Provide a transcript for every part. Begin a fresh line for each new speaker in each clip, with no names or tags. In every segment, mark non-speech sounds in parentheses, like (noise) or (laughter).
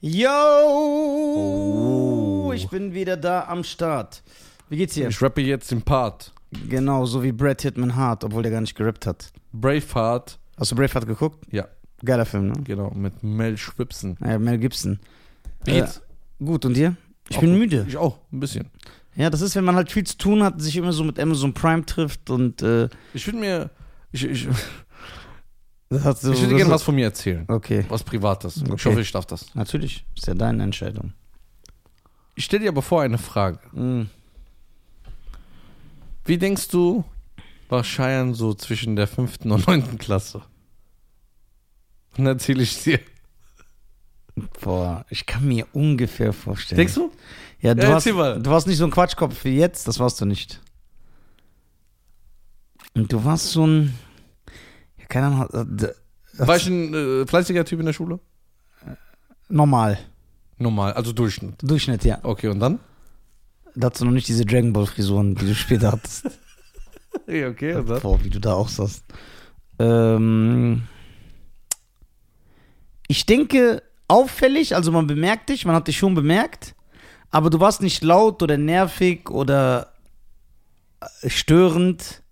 Yo! Ich bin wieder da am Start. Wie geht's dir?
Oh. Ich rappe jetzt den Part.
Genau, so wie Brad Hitman Hart, obwohl der gar nicht gerappt hat.
Braveheart,
Hast du Braveheart geguckt?
Ja.
Geiler Film, ne?
genau, mit Mel Schwipsen.
Ja, Mel Gibson.
Wie
Äh,
geht's?
Gut, und dir? Ich
Auch
bin
gut.
müde.
Ich auch, ein bisschen.
Ja, das ist, wenn man halt viel zu tun hat, sich immer so mit Amazon Prime trifft und äh,
Ich würde mir. Ich, ich,
das hat so.
ich würde
das
gerne was von mir erzählen.
Okay,
Was Privates. Ich
Okay.
hoffe, ich darf das.
natürlich. Ist ja deine Entscheidung.
Ich stelle dir aber vor eine Frage.
Mhm.
Wie denkst du, war Cheyenne so zwischen der fünften und neunten Klasse? Und erzähle ich dir.
Boah, ich kann mir ungefähr vorstellen.
Denkst du?
Ja, du,
Ja,
hast,
erzähl mal.
du warst nicht so ein Quatschkopf wie jetzt, das warst du nicht. Und du warst so ein. Ja, keine Ahnung. äh, d-
War ich ein äh, fleißiger Typ in der Schule?
normal.
Normal, also Durchschnitt.
Durchschnitt, ja.
Okay,
(laughs)
und dann?
Dazu noch nicht diese Dragon Ball Frisuren, die du (laughs) später hattest.
Ja, okay,
Boah, wie du da auch saßt. Ähm, ich denke, auffällig, also man bemerkt dich, man hat dich schon bemerkt, aber du warst nicht laut oder nervig oder äh, störend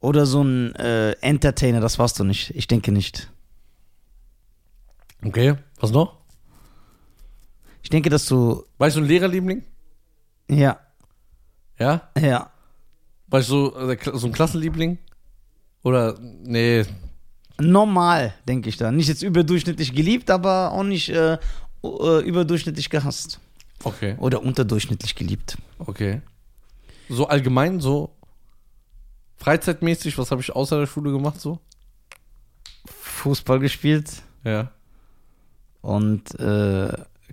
oder so ein äh, Entertainer, das warst du nicht. Ich denke nicht.
Okay, was noch?
Ich denke, dass du,
War ich so ein Lehrerliebling?
ja,
Ja?
ja,
War ich so, äh, der Kla- so ein Klassenliebling? Oder, nee,
normal, denke ich da. Nicht jetzt überdurchschnittlich geliebt, aber auch nicht äh, äh, überdurchschnittlich gehasst
okay,
oder unterdurchschnittlich geliebt.
okay. So allgemein, so freizeitmäßig, was habe ich außer der Schule gemacht, so?
Fußball gespielt
Ja.
und äh,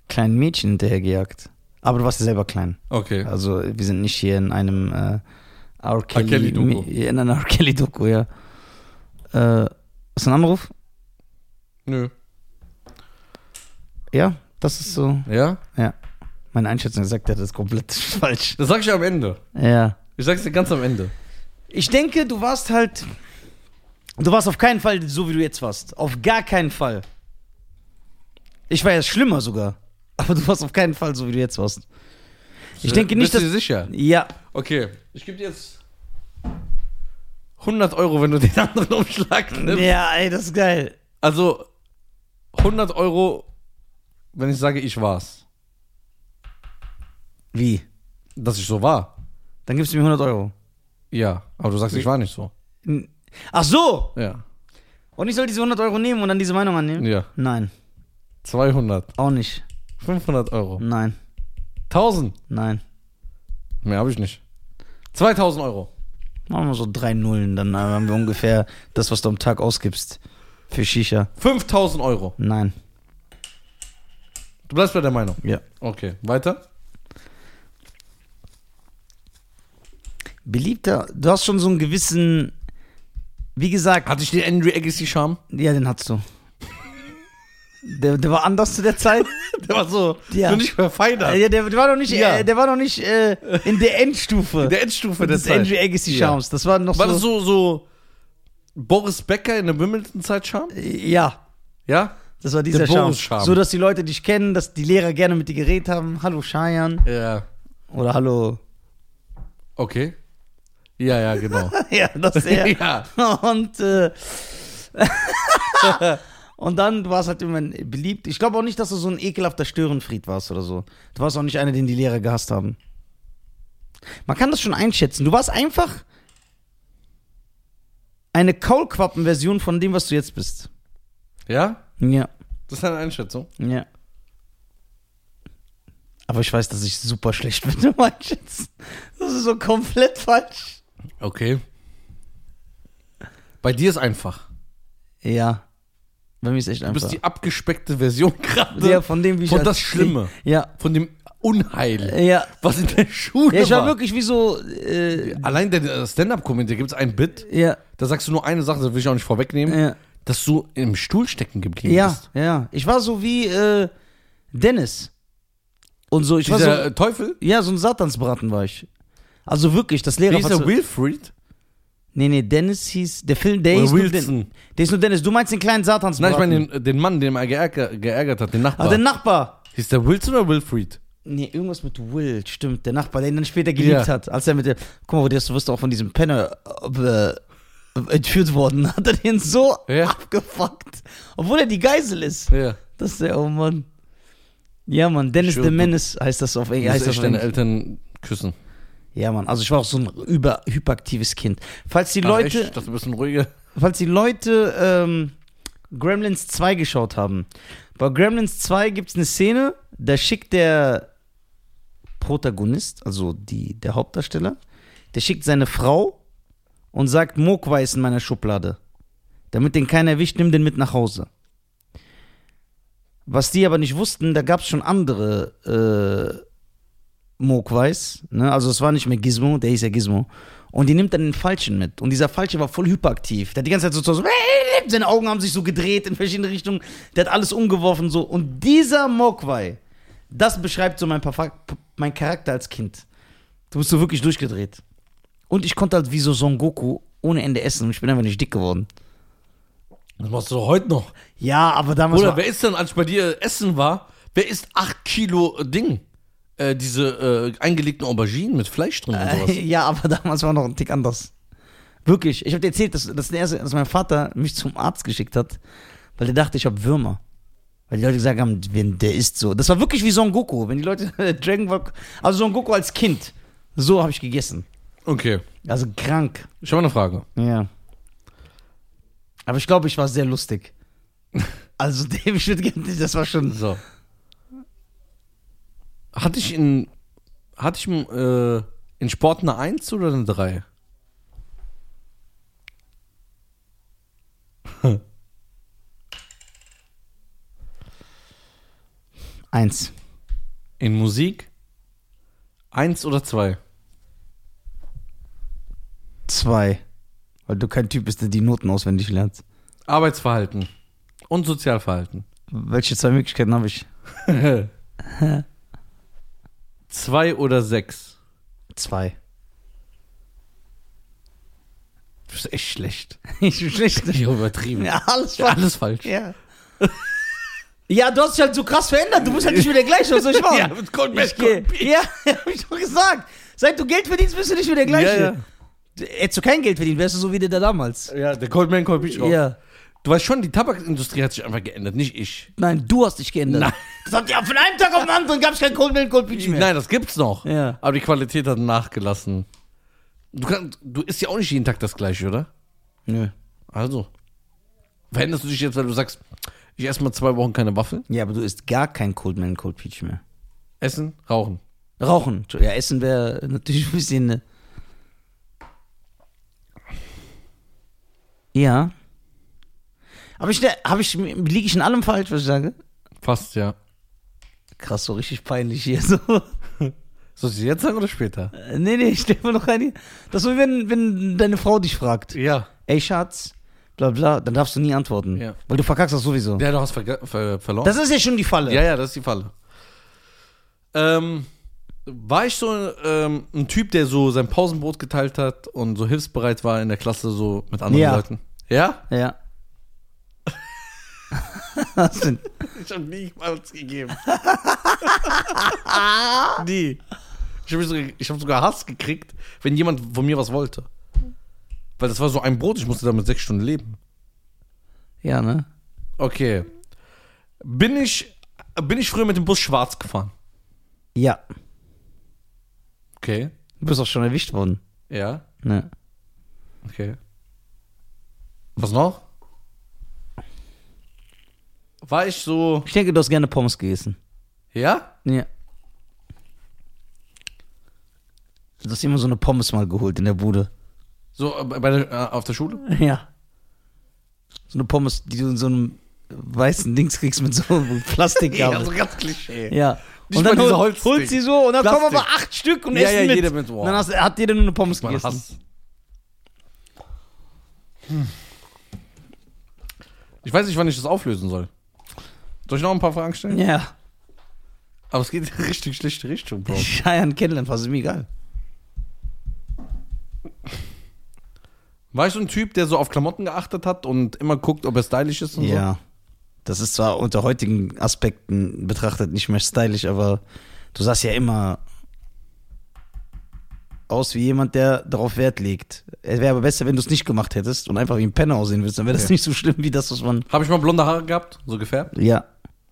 kleinen Mädchen hinterhergejagt. Aber du warst ja selber klein.
Okay.
Also wir sind nicht hier in einem äh, R. Kelly,
Kelly-Doku.
In einer R. Kelly-Doku, ja. Äh, ist ein Anruf?
Nö.
Ja, das ist so.
Ja?
Meine Einschätzung gesagt, der hat das komplett (laughs) falsch.
Das sag ich am Ende.
Ja.
Ich sag's dir ganz am Ende.
Ich denke, du warst halt. Du warst auf keinen Fall so, wie du jetzt warst. Auf gar keinen Fall. Ich war ja schlimmer sogar. Aber du warst auf keinen Fall so, wie du jetzt warst. Ich denke nicht,
Bist
dass.
du dir sicher?
Ja,
Okay, ich gebe dir jetzt 100 Euro, wenn du den anderen (laughs) Umschlag nimmst.
Ja, ey, das ist geil.
Also 100 Euro, wenn ich sage, ich war's.
Wie?
Dass ich so war.
Dann gibst du mir 100 Euro.
Ja, aber du sagst, ich war nicht so.
N- Ach so!
Ja.
Und ich soll diese 100 Euro nehmen und dann diese Meinung annehmen?
Ja.
Nein,
200.
auch nicht.
500 Euro.
Nein,
1000.
nein.
Mehr habe ich nicht. 2000 Euro.
Machen wir so drei Nullen, dann haben wir ungefähr das, was du am Tag ausgibst. Für Shisha.
5000 Euro.
Nein.
Du bleibst bei der Meinung.
Ja.
Okay, weiter.
Beliebter, du hast schon so einen gewissen. Wie gesagt,
Hatte ich den Andrew Agassi Charme?
ja, den hattest du. Der, der war anders zu der Zeit.
(laughs) Der war so,
Ja.
nur nicht verfeinert.
(laughs) Ja, der, der war noch nicht,
Ja.
äh, der war noch nicht äh, in der Endstufe.
In der Endstufe der
des
Zeit.
Andrew Agassi
Ja.
Charms. Das war noch
War
so.
das so, so Boris Becker in der Wimbledon-Zeit Charme?
Ja,
Ja?
das war dieser
Der
Charme.
Boris-Charme.
So, dass die Leute dich kennen, dass die Lehrer gerne mit dir geredet haben. Hallo Cheyenne.
Ja.
Oder hallo.
Okay. Ja, ja, genau.
(laughs) ja, (laughs) das ist er.
ja.
Und, äh, (laughs) und dann, du warst halt immer beliebt. Ich glaube auch nicht, dass du so ein ekelhafter Störenfried warst oder so. Du warst auch nicht einer, den die Lehrer gehasst haben. Man kann das schon einschätzen. Du warst einfach eine Kaulquappen-Version von dem, was du jetzt bist.
Ja?
Ja.
Das ist eine Einschätzung.
Ja. Aber ich weiß, dass ich super schlecht bin im Einschätzen. Das ist so komplett falsch.
Okay. Bei dir ist einfach.
Ja. Bei mir ist echt
Du
einfach.
bist die abgespeckte Version (laughs) gerade.
ja, von dem, wie ich
Von
als-
das Schlimme.
Ja.
Von dem Unheil,
Ja.
was in der Schule
Ja, ich war
war.
wirklich wie so. Äh,
Allein der Stand-Up-Comedy, da gibt es ein Bit,
ja.
da sagst du nur eine Sache, das will ich auch nicht vorwegnehmen,
Ja.
dass du im Stuhl stecken geblieben
Ja,
bist.
ja. Ich war so wie äh, Dennis. Und so, ich
Dieser
war so.
äh, Teufel,
Ja, so ein Satansbraten war ich. Also wirklich, das
wie
Lehrer.
ist der Wilfried?
nee, nee, Dennis hieß. Der Film, der hieß
Oder
nur Den,
Wilson?
der hieß nur Dennis. Du meinst den kleinen Satansbraten.
äh, Nein, ich meine den, den Mann, den er geärgert, geärgert hat, den Nachbar.
Ah, der Nachbar.
Hieß der Wilson oder Wilfried?
Nee, irgendwas mit Will, stimmt. Der Nachbar, der ihn dann später geliebt
Ja.
hat. Als er mit der. Guck mal, du wirst auch von diesem Penner äh, äh, entführt worden. (laughs) Hat er den so
Ja.
abgefuckt. Obwohl er die Geisel ist.
Ja.
Das ist der, oh Mann. Ja, Mann, Dennis
Schön,
the
du-
Menace heißt das auf
Ja,
Englisch. Heißt
heißt
das auf
deine
Englisch.
Eltern küssen.
Ja, Mann, also ich war auch so ein über, hyperaktives Kind. Falls die
Ach, Ah, echt?
Leute.
ich dachte, du bist ein ruhiger.
falls die Leute ähm, Gremlins 2 geschaut haben. Bei Gremlins 2 gibt es eine Szene, da schickt der Protagonist, also die, der Hauptdarsteller, der schickt seine Frau und sagt, Mogwai ist in meiner Schublade. Damit den keiner erwischt, nimm den mit nach Hause. Was die aber nicht wussten, da gab es schon andere äh, Mogwais. Ne? Also es war nicht mehr Gizmo, der hieß ja Gizmo. Und die nimmt dann den Falschen mit. Und dieser Falsche war voll hyperaktiv. Der hat die ganze Zeit so, so seine Augen haben sich so gedreht in verschiedene Richtungen. Der hat alles umgeworfen so. Und dieser Mogwai, das beschreibt so mein, Parfa- mein Charakter als Kind. Du bist so wirklich durchgedreht. Und ich konnte halt wie so Son Goku ohne Ende essen. Und ich bin einfach nicht dick geworden.
Das machst du doch heute noch.
Ja, aber damals
Oder
war,
wer ist denn, als ich bei dir essen war, wer isst 8 Kilo äh, Ding? Äh, diese äh, eingelegten Auberginen mit Fleisch drin und sowas.
(laughs) Ja, aber damals war noch ein Tick anders. Wirklich. Ich habe dir erzählt, dass, dass, der erste, dass mein Vater mich zum Arzt geschickt hat, weil der dachte, ich habe Würmer. Weil die Leute gesagt haben, wenn der ist so. Das war wirklich wie Son Goku. Wenn die Leute (laughs) Dragon Ball. Also Son Goku als Kind. So habe ich gegessen.
Okay.
Also krank.
Ich habe eine Frage.
Ja. Aber ich glaube, ich war sehr lustig. (laughs) Also, dem, ich würde gerne, das war schon.
So. Hatte ich in. Hatte ich äh, in Sport eine 1 oder eine 3?
Eins.
In Musik? 1 oder 2?
Zwei. Weil du kein Typ bist, der die Noten auswendig lernt.
Arbeitsverhalten und Sozialverhalten.
Welche zwei Möglichkeiten habe ich?
2 oder 6?
Zwei.
Das ist echt
(laughs)
schlecht.
Ich bin schlecht.
Ich hab übertrieben.
Ja, alles falsch.
Alles falsch.
Ja. (laughs) ja, du hast dich halt so krass verändert. Du bist halt nicht mehr der gleiche. Was soll ich machen?
(laughs) Ja, mit Cold Beef,
ich geh.
Cold Beef.
Ja, (laughs) hab ich doch gesagt. Seit du Geld verdienst, bist du nicht mehr der gleiche.
Ja,
Hättest du kein Geld verdient, wärst du so wie der da damals.
ja, der Coldman Cold Beach auch.
Ja.
Du weißt schon, die Tabakindustrie hat sich einfach geändert, nicht ich.
Nein, du hast dich geändert.
Nein.
Das hat ja von einem Tag auf den anderen gab es kein Cold Milk Cold Peach mehr.
Nein, das gibt's noch.
Ja.
Aber die Qualität hat nachgelassen. Du, kannst, du isst ja auch nicht jeden Tag das gleiche, oder?
Nö.
Also. Veränderst du dich jetzt, weil du sagst, ich esse mal zwei Wochen keine Waffeln?
Ja, aber du isst gar kein Cold Milk Cold Peach mehr.
Essen, rauchen.
Rauchen. Ja, Essen wäre natürlich ein bisschen. äh, Ja. Habe ich, ne- hab ich, liege ich in allem falsch, was ich sage?
Fast, ja.
Krass, so richtig peinlich hier. So. (laughs)
Soll ich das jetzt sagen oder später?
Äh, Nee, nee, ich stelle mir noch ein. Das ist so, wie wenn, wenn deine Frau dich fragt:
Ja.
Ey, Schatz, bla bla, dann darfst du nie antworten.
Ja.
Weil du verkackst das sowieso.
Ja, du hast verge- ver verloren.
Das ist ja schon die Falle.
ja, ja, das ist die Falle. Ähm, war ich so ähm, ein Typ, der so sein Pausenbrot geteilt hat und so hilfsbereit war in der Klasse so mit anderen
Ja.
Leuten? Ja?
Ja. Was denn?
Ich habe niemals gegeben. Nie. Ich habe sogar, ich hab sogar Hass gekriegt, wenn jemand von mir was wollte. Weil das war so ein Brot, ich musste damit sechs Stunden leben.
Ja, ne?
Okay. Bin ich, bin ich früher mit dem Bus schwarz gefahren?
Ja.
Okay.
Du bist auch schon erwischt worden.
Ja.
Ne.
Okay. Was noch? War ich so.
Ich denke, du hast gerne Pommes gegessen.
Ja?
Ja. Du hast immer so eine Pommes mal geholt in der Bude.
So äh, bei der, äh, auf der Schule?
Ja. So eine Pommes, die du in so einem weißen Dings kriegst mit so einem
(laughs)
Plastikkabel.
ganz Klischee.
ja.
Nicht mal diese
hol,
Holzding.
holst sie so und dann
Plastik.
kommen aber acht Stück und
Ja,
essen
ja,
mit.
jeder mit, wow.
Und dann hast, hat jeder nur eine Pommes
Man
gegessen.
hasst. Hm. Ich weiß nicht, wann ich das auflösen soll. Soll ich noch ein paar Fragen stellen?
Ja.
Aber es geht (laughs) in richtig schlechte Richtung, Bro.
Scheiern kennenlernen, fast ist mir egal.
War ich so ein Typ, der so auf Klamotten geachtet hat und immer guckt, ob er stylisch ist und
Ja. Das ist zwar unter heutigen Aspekten betrachtet nicht mehr stylisch, aber du sahst ja immer aus wie jemand, der darauf Wert legt. Es wäre aber besser, wenn du es nicht gemacht hättest und einfach wie ein Penner aussehen würdest. Dann wäre das
Okay.
nicht so schlimm wie das, was man.
Habe ich mal blonde Haare gehabt? So gefärbt?
Ja.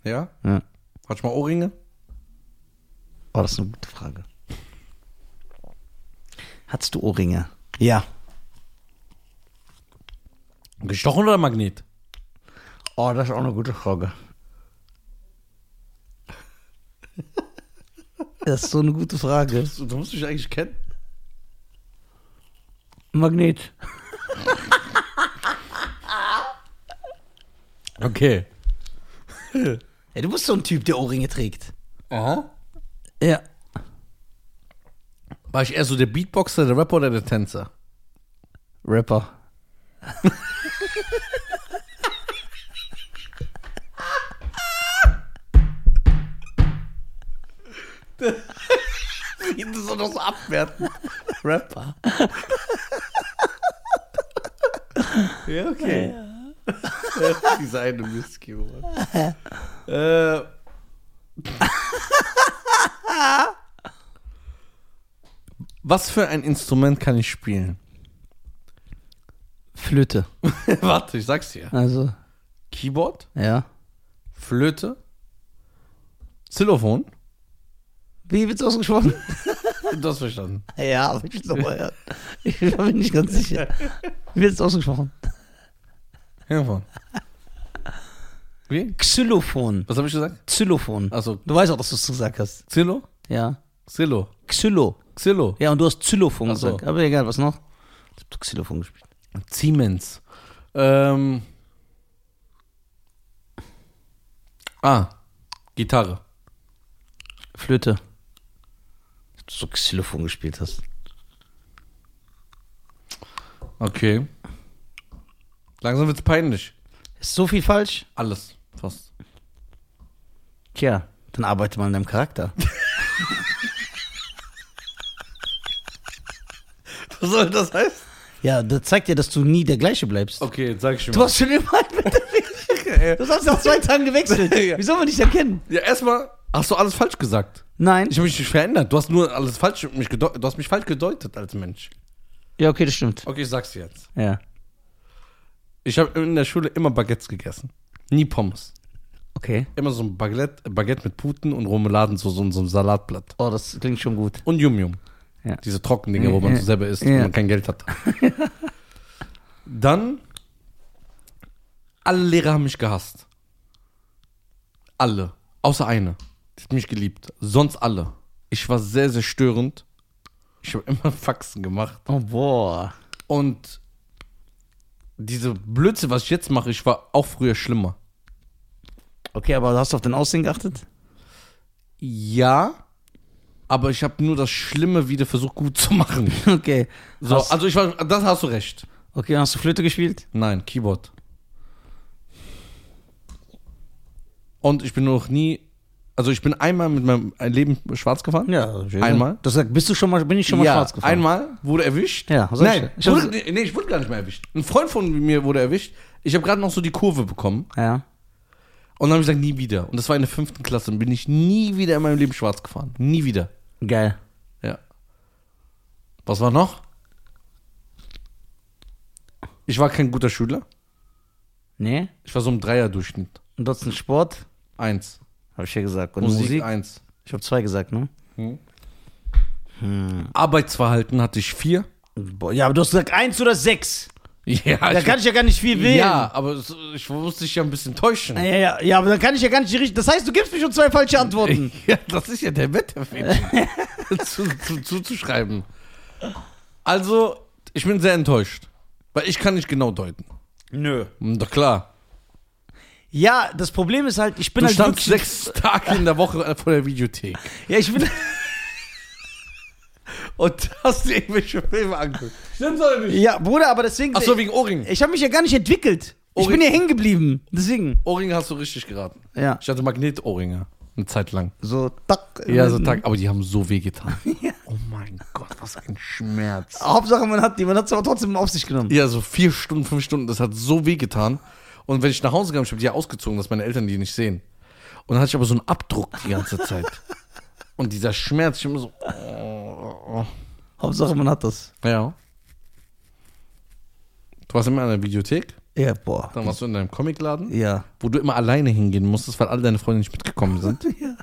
Ja.
ja.
Hatte ich mal Ohrringe?
Oh, das ist eine gute Frage. Hattest du Ohrringe? Ja.
Gestochen oder Magnet?
Oh, das ist auch eine gute Frage. (laughs) Das ist so eine gute Frage.
Du, musst mich eigentlich kennen.
Magnet.
Okay.
Ja, du bist so ein Typ, der Ohrringe trägt.
Aha.
Ja.
War ich eher so der Beatboxer, der Rapper oder der Tänzer?
Rapper.
Das ist doch noch so abwerten. Rapper. (laughs) ja, okay. (laughs) Diese eine Whisky, (laughs) Mann. äh. (laughs) Was für ein Instrument kann ich spielen? (laughs)
Flöte.
Warte, ich sag's dir.
Also,
Keyboard,
ja.
Flöte, Xylophon.
Wie wird's ausgesprochen? (laughs)
Du hast verstanden.
ja, hab ich nochmal gehört. (laughs) Ich bin mir nicht ganz sicher. Wie wird's ausgesprochen?
Xylophon. Wie?
Xylophon.
Was habe ich gesagt?
Xylophon.
Also
Du weißt auch, dass du es gesagt hast.
Xylo,
Ja.
Xylo,
Xylo.
Xylo.
Ja, und du hast Xylophon
Ach so.
gesagt. Aber egal, was noch? Ich hab Xylophon gespielt.
Siemens. Ähm. Ah, Gitarre.
Flöte. Dass du so Xylophon gespielt hast.
Okay. Langsam wird's peinlich.
Ist so viel falsch?
Alles. Fast.
Tja, dann arbeite mal an deinem Charakter.
Was soll das heißen?
(laughs) ja, das zeigt ja, dass du nie der gleiche bleibst.
Okay, jetzt sag ich schon
Du
mal.
hast schon immer einen mit der (laughs) Du hast nach zwei Tagen (laughs) gewechselt.
Ja.
Wie soll man dich erkennen?
Ja, erstmal hast du alles falsch gesagt.
Nein.
Ich habe mich nicht verändert. Du hast nur alles falsch mich gedeutet. Du hast mich falsch gedeutet als Mensch.
Ja, okay, das stimmt.
Okay, ich sag's dir jetzt.
Ja.
Ich habe in der Schule immer Baguettes gegessen. Nie Pommes.
Okay.
Immer so ein Baguette, Baguette mit Puten und Romuladensoße und so ein Salatblatt.
Oh, das klingt schon gut.
Und Yum Yum.
Ja.
Diese Trockendinge, wo man
Ja.
so selber isst,
Ja.
wenn man kein
(laughs)
Geld hat. Dann, alle Lehrer haben mich gehasst. Alle. Außer eine. Die hat mich geliebt. Sonst alle. Ich war sehr, sehr störend. Ich habe immer (laughs) Faxen gemacht.
Oh, boah.
Und diese Blödsinn, was ich jetzt mache, ich war auch früher schlimmer.
Okay, aber hast du auf dein Aussehen geachtet?
Ja, aber ich habe nur das Schlimme wieder versucht gut
(laughs)
zu machen.
(laughs) Okay.
So,
Hast-
also ich war, das hast du recht.
Okay, hast du Flöte gespielt?
Nein, Keyboard. Und ich bin noch nie, also ich bin einmal mit meinem Leben schwarz gefahren.
Ja,
Einmal.
Das sagt, bist du schon mal, bin ich schon mal
ja,
schwarz gefahren?
Einmal wurde erwischt.
Ja, was soll
Nein,
ich-
ich
ich hab-
wurde, nee, nee, ich wurde gar nicht mehr erwischt. Ein Freund von mir wurde erwischt. Ich habe gerade noch so die Kurve bekommen.
Ja.
Und dann habe ich gesagt, nie wieder. Und das war in der fünften Klasse. Und bin ich nie wieder in meinem Leben schwarz gefahren. Nie wieder.
Geil.
Ja. Was war noch? Ich war kein guter Schüler.
Nee?
Ich war so im Dreier-Durchschnitt.
Und dort ist ein Sport?
Eins.
Habe ich ja gesagt. Und
Musik,
Musik?
eins.
Ich habe zwei gesagt, ne?
Hm. Arbeitsverhalten hatte ich vier.
Boah, ja, aber du hast gesagt eins oder sechs.
Ja,
Da kann ich ja gar nicht viel wählen.
ja aber es- ich musste dich ja ein bisschen täuschen.
Ja, ja, ja, aber dann kann ich ja gar nicht die richtige. Das heißt, du gibst mir schon zwei falsche Antworten.
(laughs) Ja, das ist ja der Wetterfehler. (laughs) zu, zu, zuzuschreiben. Also, ich bin sehr enttäuscht. Weil ich kann nicht genau deuten.
Nö.
Hm, Doch klar.
Ja, das Problem ist halt, ich bin
Du
halt
standst
wirklich.
sechs Tage in der Woche vor der Videothek.
Ja, ich bin.
(laughs) Und hast dir irgendwelche Filme angeguckt. Stimmt doch nicht.
ja, Bruder, aber deswegen.
Achso, wegen Ohrring.
ich habe mich ja gar nicht entwickelt. Ich
Ori-
bin ja hängen geblieben. Deswegen.
Ohrringe hast du richtig geraten.
Ja.
Ich hatte Magnetohrringe. Eine Zeit lang.
So, tak.
Ja, so Tag, aber die haben so weh (laughs) getan.
Ja.
Oh mein Gott, was ein Schmerz.
Hauptsache, man hat die. Man hat es aber trotzdem auf sich genommen.
Ja, so vier Stunden, fünf Stunden, das hat so weh getan. Und wenn ich nach Hause gegangen bin, ich habe die ja ausgezogen, dass meine Eltern die nicht sehen. Und dann hatte ich aber so einen Abdruck die ganze Zeit. (laughs) Und dieser Schmerz, ich immer so.
Hauptsache man hat das.
Ja. Du warst immer in der Videothek,
Ja, boah.
dann warst du in deinem Comicladen,
Ja.
wo du immer alleine hingehen musstest, weil alle deine Freunde nicht mitgekommen sind.
ja.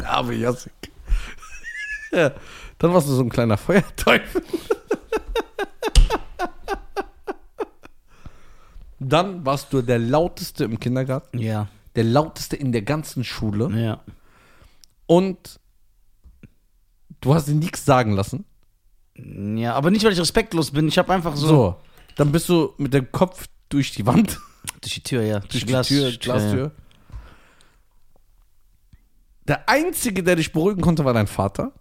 Der arme Jassik. ja. Dann warst du so ein kleiner Feuerteufel. Dann warst du der lauteste im Kindergarten,
Ja.
der lauteste in der ganzen Schule
Ja.
und du hast dir nichts sagen lassen.
Ja, aber nicht, weil ich respektlos bin. Ich habe einfach so,
So, dann bist du mit dem Kopf durch die Wand, (laughs)
durch die Tür, ja.
durch die Tür, Glastür. Der einzige, der dich beruhigen konnte, war dein Vater.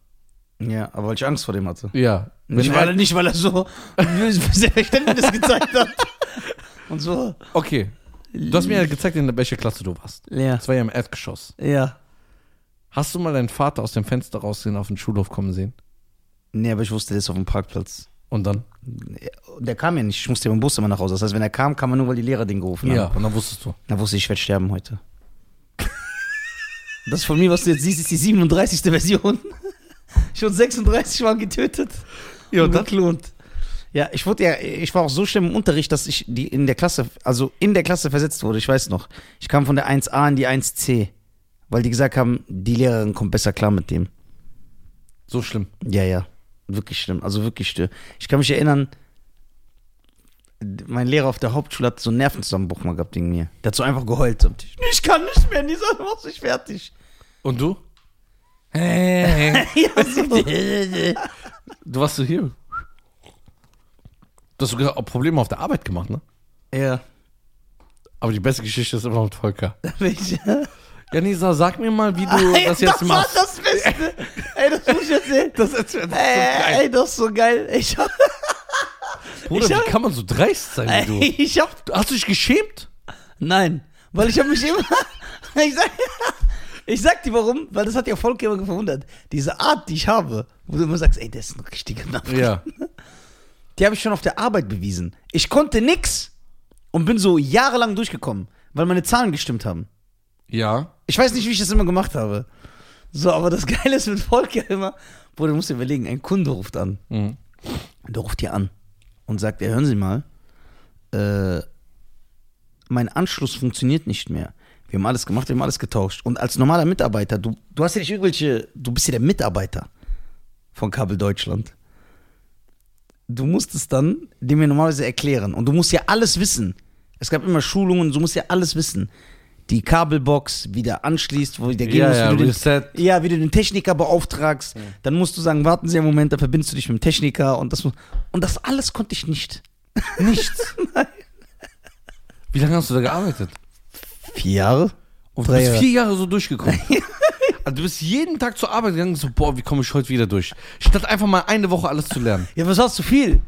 Ja. ja, aber weil ich Angst vor dem hatte.
Ja.
Nicht
Wenn halt
weil,
er,
er, nicht, weil er
(laughs)
so Selbstverständnis gezeigt hat. Und so.
Okay. Du hast mir ja gezeigt, in welcher Klasse du warst.
Ja.
Das war ja im Erdgeschoss.
Ja.
Hast du mal deinen Vater aus dem Fenster rausgehen auf den Schulhof kommen sehen?
Nee, aber ich wusste, der ist auf dem Parkplatz.
Und dann?
Und Der kam ja nicht. Ich musste ja mit dem Bus immer nach Hause. Das heißt, wenn er kam, kam er nur, weil die Lehrer den gerufen haben.
und dann wusstest du.
Da wusste ich, ich werde sterben heute. (laughs) Das von mir, was du jetzt siehst, ist die 37. Version. (laughs) Schon 36 waren getötet. Ja, und das lohnt. Ja, ich wurde ja, ich war auch so schlimm im Unterricht, dass ich die in der Klasse, also in der Klasse versetzt wurde, ich weiß noch. Ich kam von der 1a in die 1c, weil die gesagt haben, die Lehrerin kommt besser klar mit dem.
So schlimm.
Ja, ja. Wirklich schlimm. Also wirklich schlimm. Ich kann mich erinnern, mein Lehrer auf der Hauptschule hat so einen Nervenzusammenbruch mal gehabt wegen mir. Der hat so einfach geheult am Tisch. Ich kann nicht mehr, Nisa, du machst mich fertig.
Und du? Hey.
(laughs) ja, so.
(laughs) du warst so hier. Du hast sogar auch Probleme auf der Arbeit gemacht, ne?
ja.
Aber die beste Geschichte ist immer noch mit Volker.
(laughs) Welche?
Janisa, sag mir mal, wie du
Ey,
das jetzt
das
machst.
war das Beste. (laughs) Ey, das muss ich erzählen. Das ist, ey, ey, das ist so geil. Ich hab,
Bruder,
Ich hab-
wie kann man so dreist sein wie du?
ey, (laughs) ich hab
Du- Hast du dich geschämt?
Nein, weil ich habe mich immer. (laughs) ich, sag, ich sag dir warum, weil das hat ja Volk immer gewundert. Diese Art, die ich habe, wo du immer sagst, ey, das ist ein richtiger Name.
Ja.
Die habe ich schon auf der Arbeit bewiesen. Ich konnte nix und bin so jahrelang durchgekommen, weil meine Zahlen gestimmt haben.
Ja.
Ich weiß nicht, wie ich das immer gemacht habe. So, aber das Geile ist mit Volker immer, Bruder, du musst dir überlegen, ein Kunde ruft an.
Mhm.
Der ruft dir an und sagt, ja, hören Sie mal, äh, mein Anschluss funktioniert nicht mehr. Wir haben alles gemacht, wir haben alles getauscht. Und als normaler Mitarbeiter, du, du hast ja nicht irgendwelche, du bist ja der Mitarbeiter von Kabel Deutschland. Du musst es dann dem wir normalerweise erklären. Und du musst ja alles wissen. Es gab immer Schulungen, du musst ja alles wissen. Die Kabelbox, wie der anschließt, wo der gehen
Ja,
muss,
ja,
wie du den
Reset.
ja, wie du den Techniker beauftragst, dann musst du sagen, warten Sie einen Moment, da verbindest du dich mit dem Techniker und das mu- und das alles konnte ich nicht.
Nichts. Wie lange hast du da gearbeitet?
Vier Jahre?
Und du
Drei
bist
Jahre.
vier Jahre
(laughs)
so durchgekommen. also du bist jeden Tag zur Arbeit gegangen, so, boah, wie komme ich heute wieder durch? Statt einfach mal eine Woche alles zu lernen.
Ja, was hast du viel?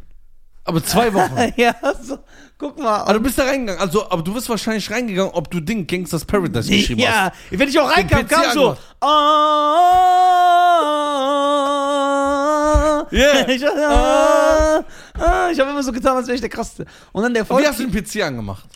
Aber zwei
(laughs)
Wochen.
ja, so, guck mal.
Aber du bist da reingegangen, also, aber du bist wahrscheinlich reingegangen, ob du Ding Gangsters Paradise geschrieben hast.
ja, wenn ich auch reinkam,
Den PC
kam so.
angemacht.
Ah, (laughs)
Yeah.
Ich, ah, ah, ich habe immer so getan, als wäre ich der Krasse. Und dann der
Und wie
Volk.
hast du den PC angemacht?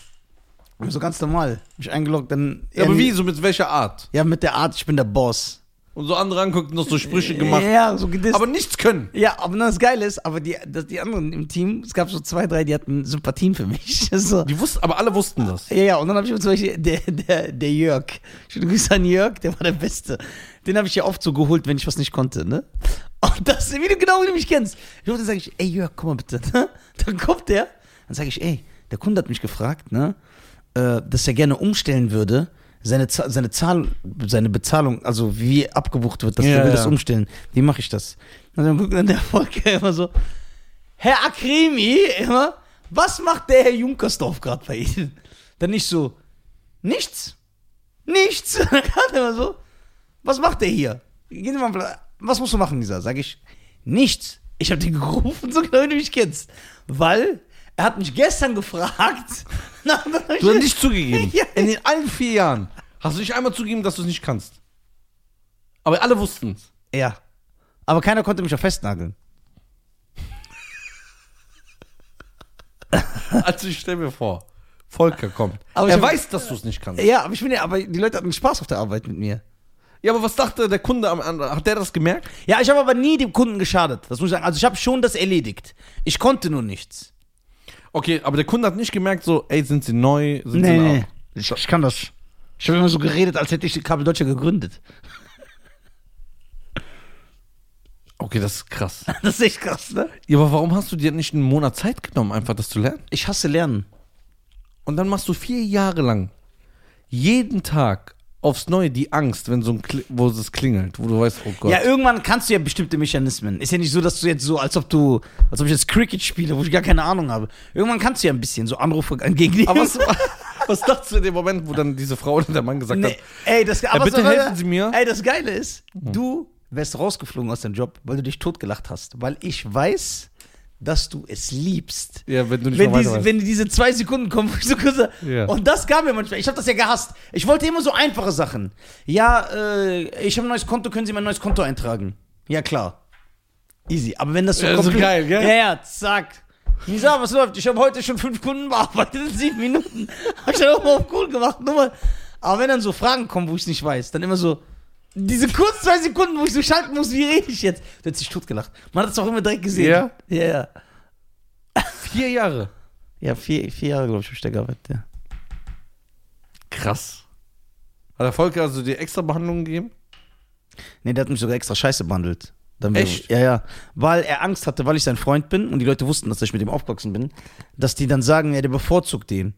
So ganz normal. Mich eingeloggt, dann.
Ja, aber wie, so mit welcher Art?
Ja, mit der Art, ich bin der Boss.
Und so andere anguckten, noch so Sprüche gemacht,
Ja, so gedisst.
aber nichts können.
Ja, aber das Geile ist, aber die, dass die anderen im Team, es gab so zwei, drei, die hatten Sympathien für mich. (laughs) So.
Die wussten, aber alle wussten das.
Ja, ja, und dann habe ich mir zum Beispiel, der, der, der Jörg, schöne Grüße an Jörg, der war der Beste. Den habe ich ja oft so geholt, wenn ich was nicht konnte, ne? Und das, wie du genau wie du mich kennst. Ich rufe, dann sage ich, ey Jörg, komm mal bitte. ne? Dann kommt der, dann sage ich, ey, der Kunde hat mich gefragt, ne? äh, Dass er gerne umstellen würde, seine, Za- seine, Zahl, seine Bezahlung, also wie abgebucht wird, dass
Ja,
er will
ja.
das umstellen. Wie mache ich das? Und dann guckt dann der Volker (laughs) immer so, Herr Akrimi, immer, was macht der Herr Junkersdorf gerade bei Ihnen? Dann nicht so, nichts, nichts. (laughs) Dann kam der immer so, was macht der hier? Gehen Sie mal, auf Pla- was musst du machen, dieser? Sag ich, nichts. Ich habe den gerufen, so genau wie du mich kennst. Weil er hat mich gestern gefragt. (laughs) Na, dann hab ich-
Du hast nicht zugegeben.
(laughs) Ja.
In den allen vier Jahren hast du nicht einmal zugegeben, dass du es nicht kannst. Aber alle wussten es.
ja. Aber keiner konnte mich auch festnageln.
Also ich stell mir vor, Volker kommt.
Aber ich
er
hab-
weiß, dass du es nicht kannst.
Ja, aber ich bin ja, aber die Leute hatten Spaß auf der Arbeit mit mir.
Ja, aber was dachte der Kunde am anderen? Hat der das gemerkt?
Ja, ich habe aber nie dem Kunden geschadet. Das muss ich sagen. Also ich habe schon das erledigt. Ich konnte nur nichts.
Okay, aber der Kunde hat nicht gemerkt, so, ey, sind sie neu? Sind sie alt?
Ich, ich kann das. Ich habe immer so geredet, als hätte ich Kabel Deutsche gegründet.
Okay, das ist krass.
(laughs) Das ist echt krass, ne?
ja, aber warum hast du dir nicht einen Monat Zeit genommen, einfach das zu lernen?
Ich hasse Lernen.
Und dann machst du vier Jahre lang jeden Tag aufs Neue die Angst, wenn so ein Kli wo es klingelt, wo du weißt, oh Gott.
Ja, irgendwann kannst du ja bestimmte Mechanismen. Ist ja nicht so, dass du jetzt so, als ob du, als ob ich jetzt Cricket spiele, wo ich gar keine Ahnung habe. Irgendwann kannst du ja ein bisschen so Anrufe entgegennehmen. (laughs)
Aber was, (laughs) was dachtest du in dem Moment, wo dann diese Frau oder der Mann gesagt
nee,
hat,
ey, das, aber
bitte helfen Sie mir. Hm.
Ey, das Geile ist, du wärst rausgeflogen aus deinem Job, weil du dich totgelacht hast. Weil ich weiß, dass du es liebst.
ja, wenn du nicht
Wenn,
mal
diese,
weiter weißt.
wenn diese zwei Sekunden kommen, wo ich so kurz,
Ja.
und das gab mir manchmal. Ich habe das ja gehasst. Ich wollte immer so einfache Sachen. Ja, äh, ich habe ein neues Konto, können Sie mein neues Konto eintragen? Ja, klar. Easy. Aber wenn das so
Ja, so
komplett-
geil, gell?
Ja, ja, zack. Nisa, was läuft? Ich habe heute schon fünf Kunden bearbeitet in sieben Minuten. (laughs) Hab ich dann auch mal auf cool gemacht. Nur mal. Aber wenn dann so Fragen kommen, wo ich nicht weiß, dann immer so. Diese kurz zwei Sekunden, wo ich so schalten muss, wie rede ich jetzt? Du hättest dich totgelacht. Man hat es auch immer direkt gesehen.
Ja?
Ja, ja.
Vier Jahre.
Ja, vier, vier Jahre, glaube ich, habe ich da gearbeitet, ja.
Krass. Hat der Volker also dir extra Behandlungen gegeben?
Nee, der hat mich sogar extra scheiße behandelt. Dann
Echt?
Ja, ja. Weil er Angst hatte, weil ich sein Freund bin und die Leute wussten, dass ich mit ihm aufgewachsen bin, dass die dann sagen, ja, der bevorzugt den.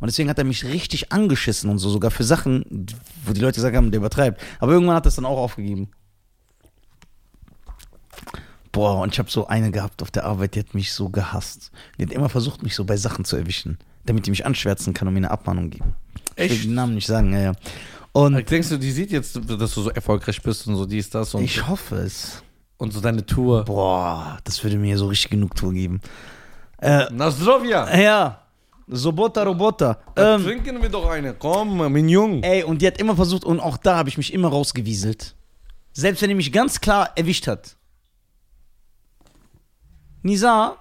Und deswegen hat er mich richtig angeschissen und so, sogar für Sachen, wo die Leute gesagt haben, der übertreibt. Aber irgendwann hat er es dann auch aufgegeben. Boah, und ich habe so eine gehabt auf der Arbeit, die hat mich so gehasst. Die hat immer versucht, mich so bei Sachen zu erwischen, damit die mich anschwärzen kann und mir eine Abmahnung geben. Ich will
Echt?
den Namen nicht sagen, ja, ja. Und
Denkst du, die sieht jetzt, dass du so erfolgreich bist und so dies, das und,
ich hoffe es.
und so deine Tour?
Boah, das würde mir so richtig Genugtuung geben.
Äh, Nasrovia!
Ja, Sobota Robota.
Ähm,
Ähm,
trinken wir doch eine. Komm, mein Junge.
ey, und die hat immer versucht, und auch da habe ich mich immer rausgewieselt. Selbst wenn die mich ganz klar erwischt hat. Nisa,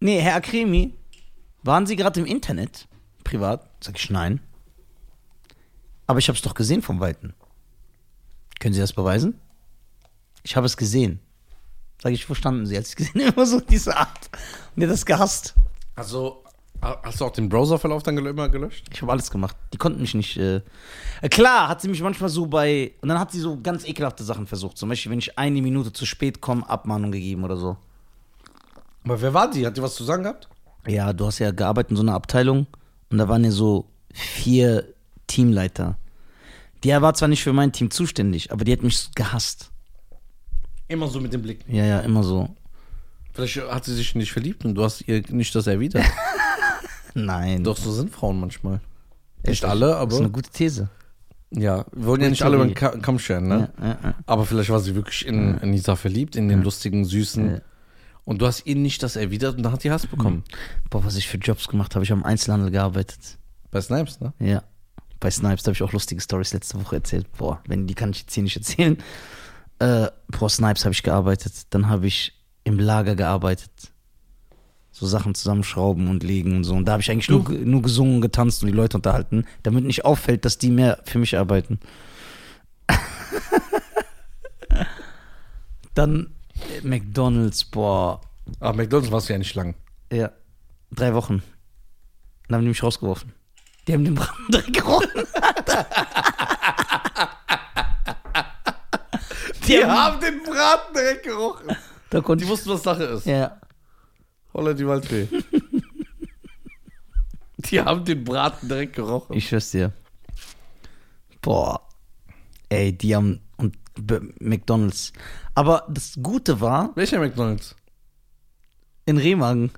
nee, Herr Akremi, waren Sie gerade im Internet? Privat? Sag ich, nein. Aber ich habe es doch gesehen vom Weiten. Können Sie das beweisen? Ich habe es gesehen. Sag ich, wo standen Sie? Als ich gesehen (laughs) habe, immer so diese Art. Und die hat das gehasst.
Also, ha- hast du auch den Browserverlauf dann gel- immer gelöscht?
Ich habe alles gemacht. Die konnten mich nicht. Äh äh, Klar, hat sie mich manchmal so bei. Und dann hat sie so ganz ekelhafte Sachen versucht. Zum Beispiel, wenn ich eine Minute zu spät komme, Abmahnung gegeben oder so.
Aber wer war die? Hat die was zu sagen gehabt?
Ja, du hast ja gearbeitet in so einer Abteilung und da waren ja so vier Teamleiter. Der war zwar nicht für mein Team zuständig, aber die hat mich gehasst.
Immer so mit dem Blick.
Ja, ja, immer so.
Vielleicht hat sie sich nicht verliebt und du hast ihr nicht das (laughs) erwidert.
Nein.
Doch, so sind Frauen manchmal. Nicht alle,
Das ist eine
aber.
gute These.
Ja, wir wollen ja nicht alle über den Ka- Kamm scheren, ne?
Ja, ja, ja.
Aber vielleicht war sie wirklich in, in Nisa verliebt, in den lustigen, süßen.
Ja.
Und du hast ihr nicht das erwidert und dann hat die Hass bekommen.
Boah, was ich für Jobs gemacht habe. Ich habe im Einzelhandel gearbeitet.
Bei Snipes, ne?
Ja. Bei Snipes habe ich auch lustige Stories letzte Woche erzählt. Boah, wenn die kann ich jetzt hier nicht erzählen. Äh, boah, Snipes habe ich gearbeitet. Dann habe ich im Lager gearbeitet. So Sachen zusammenschrauben und legen und so. Und da habe ich eigentlich nur, ge- nur gesungen, getanzt und die Leute unterhalten, damit nicht auffällt, dass die mehr für mich arbeiten. (laughs) Dann äh, McDonalds, boah.
Aber McDonalds warst du ja nicht lang.
Ja. Drei Wochen. Dann haben die mich rausgeworfen. Die haben den (laughs) Braten direkt gerochen. die haben,
den Braten direkt gerochen.
da konnte
(laughs) Die
ich,
wussten, was Sache ist.
ja.
Holla die Waldfee. (laughs) die haben den Braten direkt gerochen.
Ich schwör's dir. Boah. Ey, die haben und B- McDonalds. Aber das Gute war
Welcher McDonalds?
in Remagen.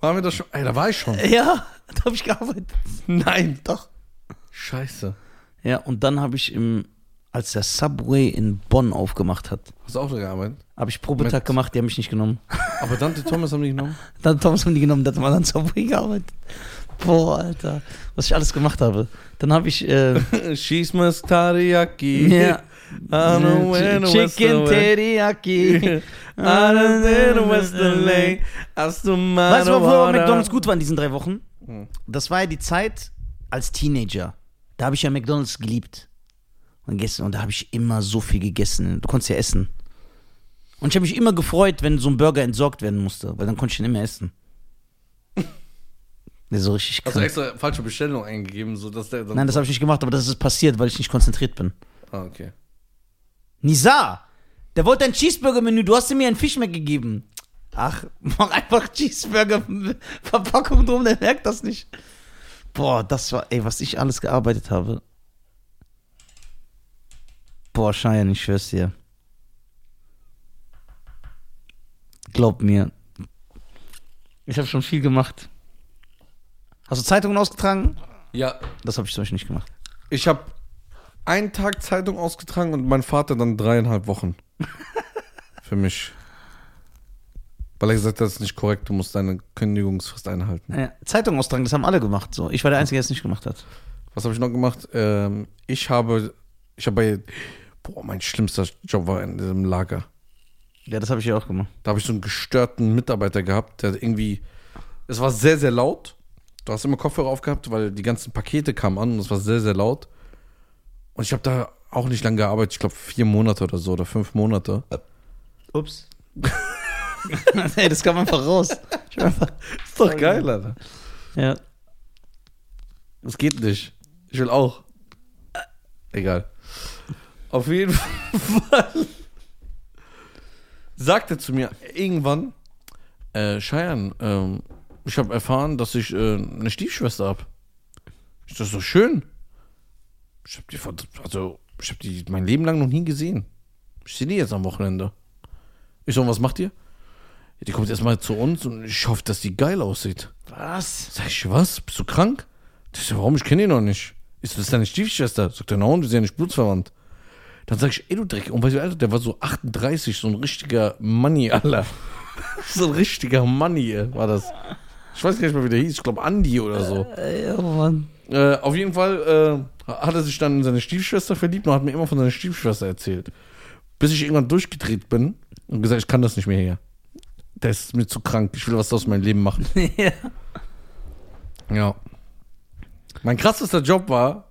Waren wir da schon? Ey, da war ich schon.
Ja, da habe ich gearbeitet.
(laughs) Nein, doch. Scheiße.
Ja, und dann habe ich im als der Subway in Bonn aufgemacht hat,
Hast du auch da gearbeitet?
habe ich Probetag
Mit-
gemacht, die haben mich nicht genommen.
Aber Dante Thomas haben die (laughs) genommen.
Dann hat Thomas haben die genommen, da hat man dann Subway gearbeitet. Boah, Alter, was ich alles gemacht habe. Dann habe ich äh,
She's Miss
(laughs)
Teriyaki.
ja,
I don't know when it was the
Chicken (laughs)
way.
Teriyaki.
I don't know when it was the way. As to my
Weißt du, wo
water.
McDonalds gut war in diesen drei Wochen? Das war ja die Zeit als Teenager. Da habe ich ja McDonalds geliebt. Und, gegessen, und da habe ich immer so viel gegessen. Du konntest ja essen. Und ich habe mich immer gefreut, wenn so ein Burger entsorgt werden musste, weil dann konnte ich ihn immer essen. Der ist so richtig
Hast du
krank.
extra falsche Bestellung eingegeben, sodass der dann.
Nein, das habe ich nicht gemacht, aber das ist passiert, weil ich nicht konzentriert bin.
Ah, okay.
Nizar, der wollte ein Cheeseburger-Menü, du hast ihm mir einen Fisch gegeben. Ach, (laughs) mach einfach Cheeseburger-Verpackung drum, der merkt das nicht. Boah, das war, ey, was ich alles gearbeitet habe. Boah, Cheyenne, ich schwör's dir. Glaub mir. Ich habe schon viel gemacht. Hast du Zeitungen ausgetragen?
Ja,
Das habe ich zum Beispiel nicht gemacht.
ich habe einen Tag Zeitung ausgetragen und mein Vater dann dreieinhalb Wochen. Für mich. Weil er gesagt hat, das ist nicht korrekt, du musst deine Kündigungsfrist einhalten.
Ja, Zeitung austragen, das haben alle gemacht. So, ich war der Einzige, der es nicht gemacht hat.
Was habe ich noch gemacht? Ähm, ich habe, ich habe bei, boah, mein schlimmster Job war in diesem Lager.
Ja, das habe ich ja auch gemacht.
Da habe ich so einen gestörten Mitarbeiter gehabt, der irgendwie. Es war sehr, sehr laut. Du hast immer Kopfhörer aufgehabt, weil die ganzen Pakete kamen an und es war sehr, sehr laut. Und ich habe da auch nicht lange gearbeitet, ich glaube vier Monate oder so oder fünf Monate.
(laughs) Ups. Ey, das kam einfach raus. Ich hab einfach,
Ist doch geil, Alter.
ja.
Das geht nicht. Ich will auch. Egal. Auf jeden Fall sagte zu mir irgendwann, äh, Cheyenne, ähm, ich habe erfahren, dass ich äh, eine Stiefschwester habe. Ist das so schön? Ich habe die vor, also ich habe die mein Leben lang noch nie gesehen. Ich sehe die jetzt am Wochenende. Ich so, und was macht ihr? Ja, Die kommt erstmal zu uns und ich hoffe, dass die geil aussieht.
Was?
Sag ich, was? Bist du krank? Das ist ja, warum? Ich kenne ihn noch nicht. Ist das deine Stiefschwester? Sagt er, nein, wir sind ja nicht blutsverwandt. Dann sag ich, ey, du Dreck. Und weißt du, Alter, der war so 38, so ein richtiger Manni, Alter. (laughs) so ein richtiger Manni ey, war das. Ich weiß gar nicht mehr, wie der hieß. Ich glaube, Andi oder so.
Ey, oh Mann. (laughs)
Äh, auf jeden Fall äh, hat er sich dann in seine Stiefschwester verliebt und hat mir immer von seiner Stiefschwester erzählt. Bis ich irgendwann durchgedreht bin und gesagt, ich kann das nicht mehr hier. Der ist mir zu krank. Ich will was aus meinem Leben machen.
ja.
Ja. Mein krassester Job war,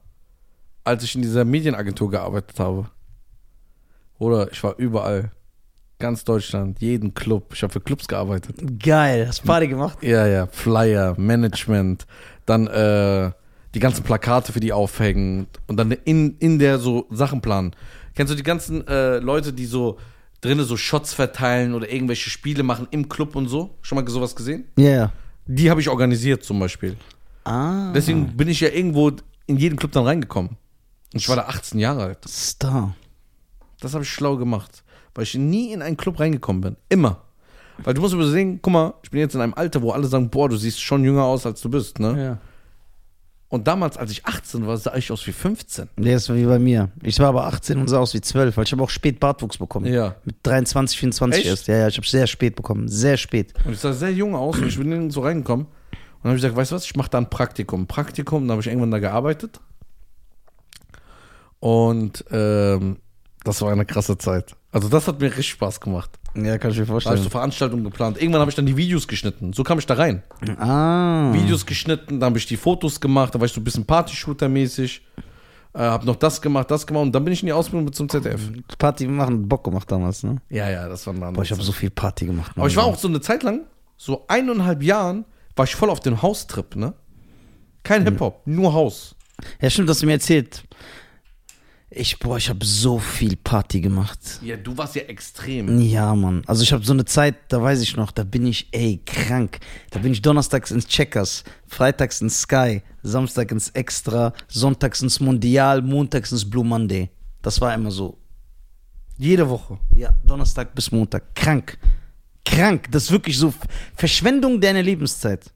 als ich in dieser Medienagentur gearbeitet habe. Oder ich war überall. Ganz Deutschland, jeden Club. Ich habe für Clubs gearbeitet.
Geil, hast Party gemacht?
Ja, ja, Flyer, Management, dann äh, die ganzen Plakate für die aufhängen und dann in, in der so Sachen planen. Kennst du die ganzen äh, Leute, die so drinnen so Shots verteilen oder irgendwelche Spiele machen im Club und so? Schon mal sowas gesehen?
Ja. Yeah.
Die habe ich organisiert zum Beispiel.
Ah,
Deswegen bin ich ja irgendwo in jeden Club dann reingekommen. Und ich war da 18 Jahre alt.
Star.
Das habe ich schlau gemacht, weil ich nie in einen Club reingekommen bin. Immer. Weil du musst übersehen, guck mal, ich bin jetzt in einem Alter, wo alle sagen, boah, du siehst schon jünger aus, als du bist, ne?
Ja.
Und damals, als ich 18 war, sah ich aus wie 15.
Der ist wie bei mir. Ich war aber 18 und sah aus wie 12, weil ich habe auch spät Bartwuchs bekommen.
Ja.
Mit 23, 24
Echt?
erst. Ja, ja, ich habe sehr spät bekommen. Sehr spät.
Und ich sah sehr jung aus und ich bin nirgends so reingekommen. Und dann habe ich gesagt, weißt du was, ich mache da ein Praktikum. Praktikum, dann habe ich irgendwann da gearbeitet. Und ähm, das war eine krasse Zeit. Also das hat mir richtig Spaß gemacht.
Ja, kann ich mir
Da habe ich so Veranstaltungen geplant. Irgendwann habe ich dann die Videos geschnitten. So kam ich da rein.
Ah.
Videos geschnitten, dann habe ich die Fotos gemacht, da war ich so ein bisschen Party-Shooter-mäßig. Äh, habe noch das gemacht, das gemacht und dann bin ich in die Ausbildung mit zum ZDF.
Party machen, Bock gemacht damals, ne?
Ja, ja, das war ein
Boah, ich habe so viel Party gemacht.
Aber ich war auch so eine Zeit lang, so eineinhalb Jahren, war ich voll auf den Haustrip, ne? Kein Hip-Hop, nur Haus.
Ja, stimmt, hast du mir erzählt. Ich, boah, ich habe so viel Party gemacht.
Ja, du warst ja extrem.
Ja, Mann. Also ich habe so eine Zeit, da weiß ich noch, da bin ich, ey, krank. Da bin ich donnerstags ins Checkers, freitags ins Sky, samstag ins Extra, sonntags ins Mondial, montags ins Blue Monday. Das war immer so.
Jede Woche.
Ja, Donnerstag bis Montag. Krank. Krank. Das ist wirklich so Verschwendung deiner Lebenszeit.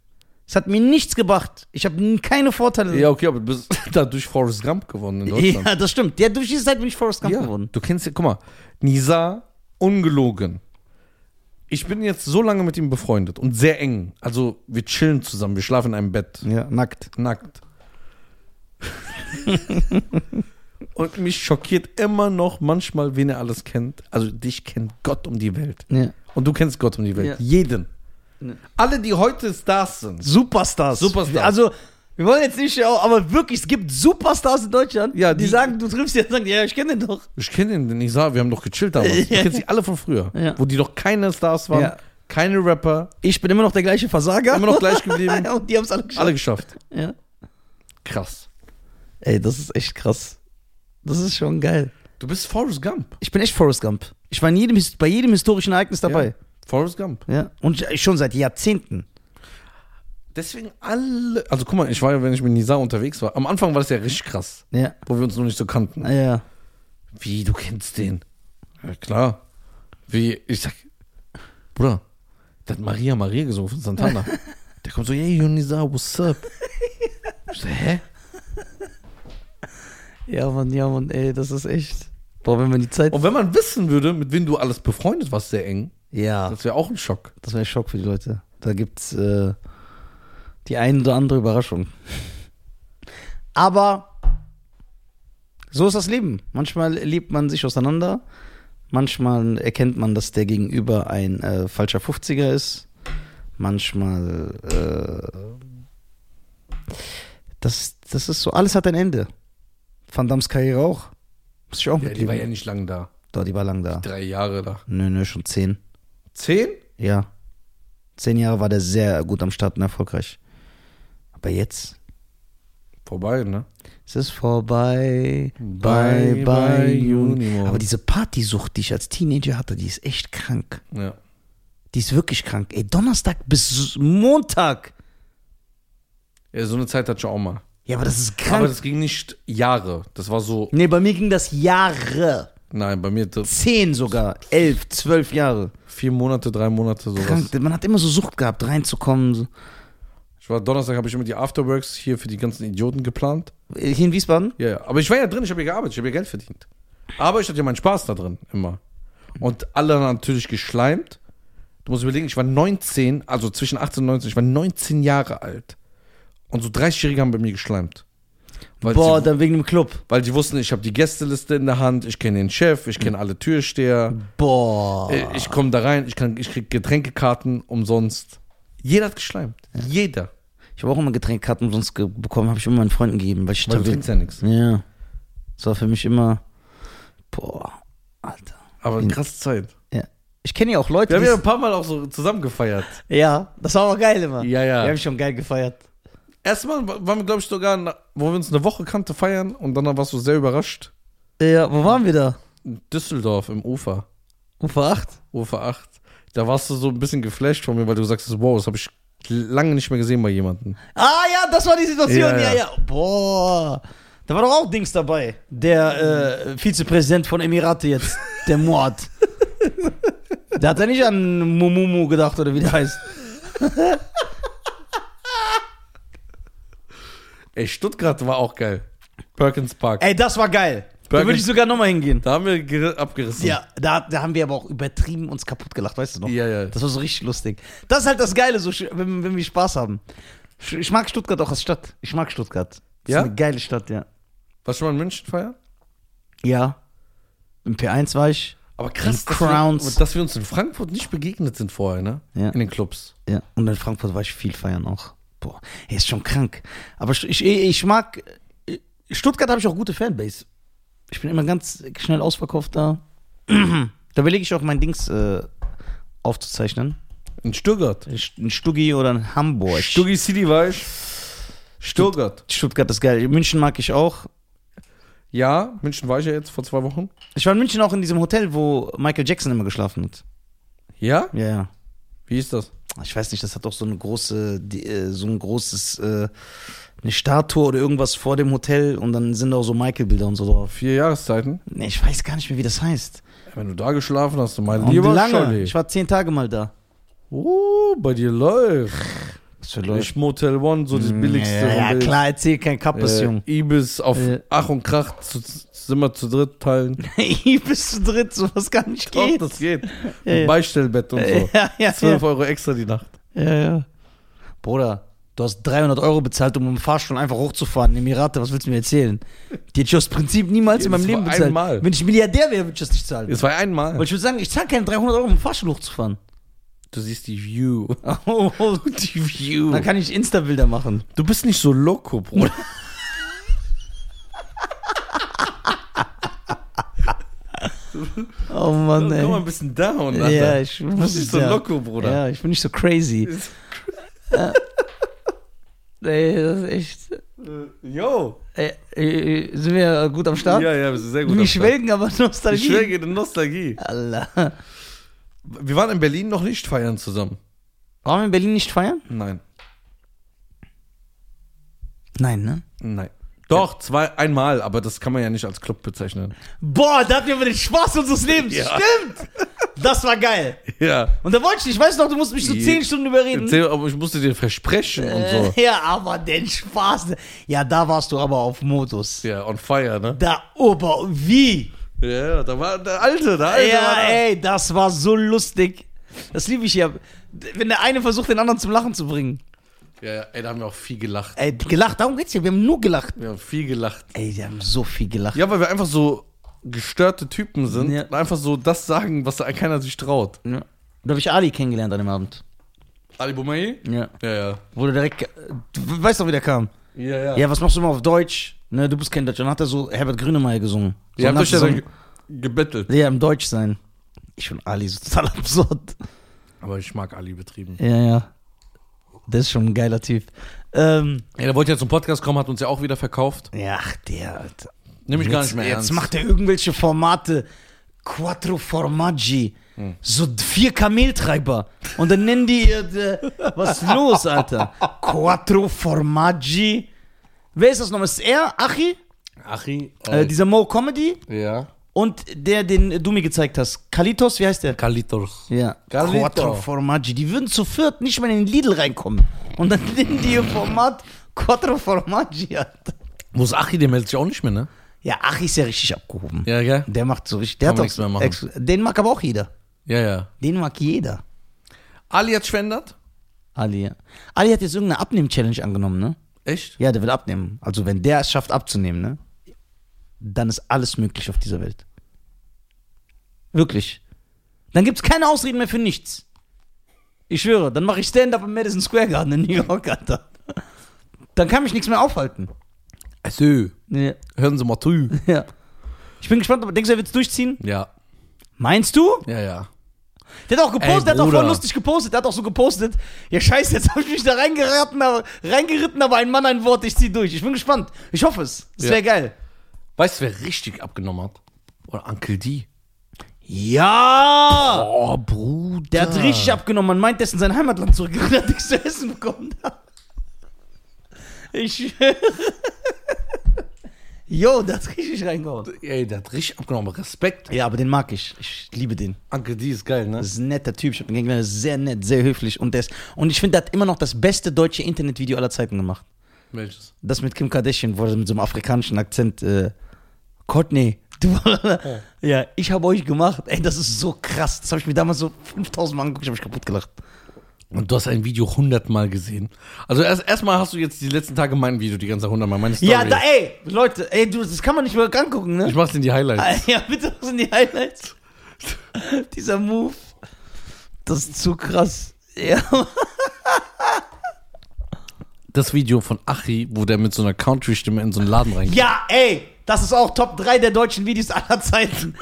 Es hat mir nichts gebracht. Ich habe keine Vorteile.
Ja, okay, aber du bist (laughs) dadurch Forrest Gump geworden in Deutschland.
ja, das stimmt. Ja, halt durch diese Zeit bin ich Forrest Gump geworden.
Du kennst ja, guck mal, Nisa, ungelogen. Ich bin jetzt so lange mit ihm befreundet und sehr eng. Also, wir chillen zusammen, wir schlafen in einem Bett.
Ja, nackt. (laughs)
Nackt. und mich schockiert immer noch manchmal, wen er alles kennt. Also, dich kennt Gott um die Welt.
Ja.
Und du kennst Gott um die Welt.
Ja.
Jeden. Alle, die heute Stars sind.
Superstars.
Superstars.
Also, wir wollen jetzt nicht, aber wirklich, es gibt Superstars in Deutschland,
Ja,
die,
die-
sagen, du triffst die und sagen, ja, ich kenne den doch.
Ich kenne den nicht, wir haben doch gechillt damals. Ich kenne sie alle von früher.
Ja.
Wo die doch keine Stars waren,
Ja.
keine Rapper,
Ich bin immer noch der gleiche Versager.
immer
(laughs)
noch gleich geblieben.
und die haben es alle geschafft.
alle geschafft.
Ja.
Krass.
Ey, das ist echt krass. Das ist schon geil.
Du bist Forrest Gump.
Ich bin echt Forrest Gump. Ich war in jedem, his- bei jedem historischen Ereignis dabei.
Forrest Gump.
Ja. Und ich- schon seit Jahrzehnten.
Deswegen alle. Also guck mal, ich war ja, wenn ich mit Nisa unterwegs war. Am Anfang war das ja richtig krass,
Ja. Ah,
wo wir uns noch nicht so kannten.
Ja.
Wie, du kennst den? Ja, klar. Wie, ich sag, Bruder, der hat Maria Maria gesungen von (laughs) Santana. Der kommt so, hey, Yonisa, what's up? Ich so, hä?
Ja, Mann, ja, Mann, ey, das ist echt. Oh. Boah, wenn man die Zeit.
Und wenn man wissen würde, mit wem du alles befreundet warst, sehr eng,
Ja,
das wäre auch ein Schock.
das wäre ein Schock für die Leute. Da gibt's äh, die ein oder andere Überraschung. Aber so ist das Leben. Manchmal lebt man sich auseinander. Manchmal erkennt man, dass der Gegenüber ein äh, falscher 50er ist. Manchmal. Äh, das, das ist so. Alles hat ein Ende. Van Dams Karriere auch. Muss ich auch
Ja,
mitleben.
die war ja nicht lang da.
Doch, die war lang da.
Drei Jahre da.
Nö, nö, schon zehn.
Zehn?
Ja. Zehn Jahre war der sehr gut am Start und erfolgreich. Aber jetzt
Vorbei, ne?
es ist vorbei. Bye,
Bye,
bye,
bye,
Junimo.
Junimo.
Aber diese Partysucht, die ich als Teenager hatte, die ist echt krank.
Ja.
Die ist wirklich krank. Ey, Donnerstag bis Montag.
ja so eine Zeit hatte ich auch mal.
Ja, aber das ist
Aber
krank.
das ging nicht Jahre. Das war so,
nee, bei mir ging das Jahre.
nein, bei mir das
Zehn sogar. Elf, zwölf Jahre.
vier Monate, drei Monate sowas.
Krank. Man hat immer so Sucht gehabt, reinzukommen. So.
Ich war Donnerstag, habe ich immer die Afterworks hier für die ganzen Idioten geplant.
Hier in Wiesbaden?
Ja, ja. Aber ich war ja drin, ich habe ja gearbeitet, ich habe ja Geld verdient. Aber ich hatte ja meinen Spaß da drin, immer. Und alle natürlich geschleimt. Du musst überlegen, ich war 19, also zwischen 18 und 19, ich war 19 Jahre alt. Und so 30-Jährige haben bei mir geschleimt. Weil,
Boah,
sie,
dann wegen dem Club.
weil die wussten, ich habe die Gästeliste in der Hand, ich kenne den Chef, ich kenne alle Türsteher,
Boah.
äh, ich komme da rein, ich, kann, ich krieg Getränkekarten umsonst. Jeder hat geschleimt. Jeder.
Ich habe auch immer Getränkkarten sonst ge- bekommen, habe ich immer meinen Freunden gegeben, weil ich
Weil du
dachte-
trinkst ja nichts.
Ja. Das war für mich immer. Boah, Alter.
Aber krasse Zeit.
Ja. Ich kenne ja auch Leute,
Wir haben ja
die.
ein paar Mal auch so zusammen gefeiert.
Ja, das war auch geil immer.
Ja, ja.
Wir haben schon geil gefeiert.
Erstmal waren wir, glaube ich, sogar, na- wo wir uns eine Woche kannte, feiern und dann warst du sehr überrascht.
Ja, wo waren wir da?
In Düsseldorf im Ufer,
Ufer 8?
Ufer 8. Da warst du so ein bisschen geflasht von mir, weil du sagst, wow, das habe ich lange nicht mehr gesehen bei jemandem.
Ah ja, das war die Situation. Ja,
Ja,
ja.
ja.
Boah. Da war doch auch Dings dabei. Der äh, Vizepräsident von Emirate jetzt, der (laughs) Muad. da hat er nicht an Mumumu gedacht oder wie der heißt.
Ey, Stuttgart war auch geil. Perkins Park.
Ey, das war geil. Da
Burger-
würde ich sogar nochmal hingehen.
Da haben wir ger- abgerissen.
Ja, da, da haben wir aber auch übertrieben uns kaputt gelacht, weißt du noch?
Hm. Ja, ja.
Das war so richtig lustig. Das ist halt das Geile, so, sch- wenn, wenn wir Spaß haben. Sch- Ich mag Stuttgart auch als Stadt. Ich mag Stuttgart. Das
Ja?
ist eine geile Stadt, ja.
Warst du schon mal in München feiern?
Ja. Im P1 war ich.
Aber krass,
In
dass wir,
Crowns.
dass wir uns in Frankfurt nicht begegnet sind vorher, ne?
Ja.
In den Clubs.
Ja. Und in Frankfurt war ich viel feiern auch. Boah, er ist schon krank. Aber ich, ich, ich mag. äh, Stuttgart habe ich auch gute Fanbase. Ich bin immer ganz schnell ausverkauft da. (clears throat) da überlege ich auch mein Dings äh, aufzuzeichnen.
In Stuttgart.
Ein Stuggi oder ein Hamburg.
Stuggi City war ich. Stuttgart.
Stuttgart ist geil. München mag ich auch.
Ja, München war ich ja jetzt vor zwei Wochen.
Ich war in München auch in diesem Hotel, wo Michael Jackson immer geschlafen hat.
Ja?
Ja, ja.
Wie ist das?
Ich weiß nicht, das hat doch so eine große, die, äh, so ein großes, äh, eine Statue oder irgendwas vor dem Hotel und dann sind da auch so Michael-Bilder und so drauf.
Vier Jahreszeiten.
Nee, ich weiß gar nicht mehr, wie das heißt.
Wenn du da geschlafen hast, du mein
Und
lieber
lange.
Scholli.
Ich war zehn Tage mal da.
Oh, bei dir läuft.
Was für
Ich Motel One, so das billigste.
Mm,
von
Ja, ja,
billig.
klar, erzähl kein Kappes,
Äh,
Junge. (laughs)
Ibis auf
Äh.
Ach und Krach zu, zu- sind wir zu
(laughs)
dritt teilen.
Ich bist zu dritt, sowas kann nicht
Doch,
gehen.
das geht.
Ja, ja.
Ein Beistellbett und so.
(laughs) Ja, ja,
12
ja.
Euro extra die Nacht.
Ja, ja. Bruder, du hast 300 Euro bezahlt, um im Fahrstuhl einfach hochzufahren in Emirate. Was willst du mir erzählen? Die hätte ich aus Prinzip niemals in
Ja,
meinem
das
Leben
war
bezahlt.
einmal.
Wenn ich Milliardär wäre, würde ich das nicht zahlen.
Es war einmal.
(laughs) Weil ich würde sagen, ich zahle keine 300 Euro, um im Fahrstuhl hochzufahren.
Du siehst die View.
Oh, oh.
Die View.
Da kann ich Insta-Bilder machen.
Du bist nicht so loco, Bruder.
Oh Mann, ey.
(laughs) Komm mal ein bisschen down, Alter.
ja, ich
du bist nicht so
ja.
loco, Bruder.
Ja, ich bin nicht so crazy. Ey, das ist echt.
Äh, Yo.
Ey, ey, sind wir gut am Start?
Ja, ja, bist du sehr gut. am
wir
Start.
schwelgen aber
Ich
Nostalgie.
schwelge in Nostalgie.
Allah.
Wir waren in Berlin noch nicht feiern zusammen.
Wollen wir in Berlin nicht feiern?
Nein.
Nein, ne?
Nein. Doch, zwei, einmal, aber das kann man ja nicht als Club bezeichnen.
Boah, da hatten wir den Spaß unseres Lebens.
Ja.
Stimmt. Das war geil.
Ja.
Und da wollte ich, nicht, ich weiß noch, du musst mich so
Je-
zehn Stunden überreden.
Erzähl, aber ich musste dir versprechen und so.
Äh, Ja, aber den Spaß. Ja, da warst du aber auf Modus.
Ja, on fire, ne?
Da ober, wie?
Ja, da war der Alte, der Alte war
ja,
da.
ey, das war so lustig. Das liebe ich ja. Wenn der eine versucht, den anderen zum Lachen zu bringen.
Ja, ey, da haben wir auch viel gelacht.
Ey, gelacht, darum geht's ja. Wir haben nur gelacht.
Wir haben viel gelacht.
Ey, die haben so viel gelacht.
Ja, weil wir einfach so gestörte Typen sind
Ja.
und einfach so das sagen, was da keiner sich traut.
Ja. Da habe ich Ali kennengelernt an dem Abend.
Ali Boumaier?
Ja.
Ja, ja.
Wurde direkt. ge- Du weißt doch, wie der kam.
Ja, ja.
Ja, was machst du immer auf Deutsch? Ne, du bist kein Deutscher. Und dann hat er so Herbert Grünemeyer gesungen. So
Ihr habt
nach
euch ja
so-
dann ge- gebettelt.
Ja, im Deutsch sein. Ich und Ali, so total (laughs) absurd.
Aber ich mag Ali betrieben.
Ja, ja. Das ist schon ein geiler Typ. Ähm,
Ja, der wollte ja zum Podcast kommen, hat uns ja auch wieder verkauft.
ja, ach, der, Alter.
Nimm ich
jetzt,
gar nicht mehr
Jetzt
ernst.
macht er irgendwelche Formate. Quattro Formaggi.
Hm.
So vier Kameltreiber. Und dann nennen die. Äh, äh, was ist los, Alter? Quattro Formaggi. Wer ist das nochmal? Ist er, Achi?
Achi.
Äh, dieser Mo Comedy?
ja. Und
Und der, den du mir gezeigt hast. Kalitos, wie heißt der?
Kalitos.
Ja.
Galito.
Quattro Formaggi. Die würden zu viert nicht mal in den Lidl reinkommen. Und dann (laughs) nehmen die ihr Format Quattro Formaggi, Alter.
Wo ist Achi? Der meldet sich auch nicht mehr, ne?
Ja, Achi ist ja richtig abgehoben.
Ja, gell?
Der macht so richtig. Der
Kann
hat
man
auch,
nichts mehr machen.
Ex- Den mag aber auch jeder.
Ja, ja.
Den mag jeder.
Ali hat schwendert?
Ali, ja. Ali hat jetzt irgendeine Abnehm-Challenge angenommen, ne?
Echt?
Ja, der will abnehmen. Also, wenn der es schafft, abzunehmen, ne? Dann ist alles möglich auf dieser Welt. Wirklich. Dann gibt's keine Ausreden mehr für nichts. Ich schwöre, dann mache ich Stand-up im Madison Square Garden in New York, Alter. Dann kann mich nichts mehr aufhalten.
Sö.
Ja.
Hören Sie mal zu.
(laughs) ja. Ich bin gespannt, aber denkst du, er wird's durchziehen?
Ja.
Meinst du?
Ja, ja.
Der hat auch gepostet,
Ey,
der hat auch
Bruder.
voll lustig gepostet, der hat auch so gepostet. Ja, scheiße, jetzt hab ich mich da reingeritten, aber, reingeritten, aber ein Mann, ein Wort, ich zieh durch. Ich bin gespannt. Ich hoffe es. Das wäre
Ja.
geil.
Weißt du, wer richtig abgenommen hat? Oder Uncle D.
Ja!
Oh, Bruder.
Der hat richtig abgenommen. Man meint, der ist in sein Heimatland zurückgegangen, (laughs) der hat nichts zu essen bekommen. Ich. Jo, der hat richtig reingehauen.
Ey, der hat richtig abgenommen. Respekt.
Ja, aber den mag ich. Ich liebe den.
Uncle D ist geil, ne?
Das ist ein netter Typ. Ich habe ihn kennengelernt. Das ist Sehr nett, sehr höflich. Und, der ist, und ich finde, der hat immer noch das beste deutsche Internetvideo aller Zeiten gemacht.
Welches?
Das mit Kim Kardashian, wo er mit so einem afrikanischen Akzent, äh, Courtney, du, (laughs) ja, ich habe euch gemacht. Ey, das ist so krass. Das habe ich mir damals so 5000 Mal angeguckt, ich habe mich kaputt gelacht.
Und du hast ein Video hundertmal gesehen. Also erst erstmal hast du jetzt die letzten Tage mein Video die ganze Zeit hundertmal. Meine Story.
Ja, da, ey, Leute, ey, du, das kann man nicht mehr angucken, ne?
ich mach's in die
(laughs)
Highlights.
Ja, bitte, was sind die (laughs) Highlights? Dieser Move. Das ist zu krass. Ja,
Das Video von Achi, wo der mit so einer Country-Stimme in so einen Laden reingeht.
ja, ey, das ist auch Top 3 der deutschen Videos aller Zeiten.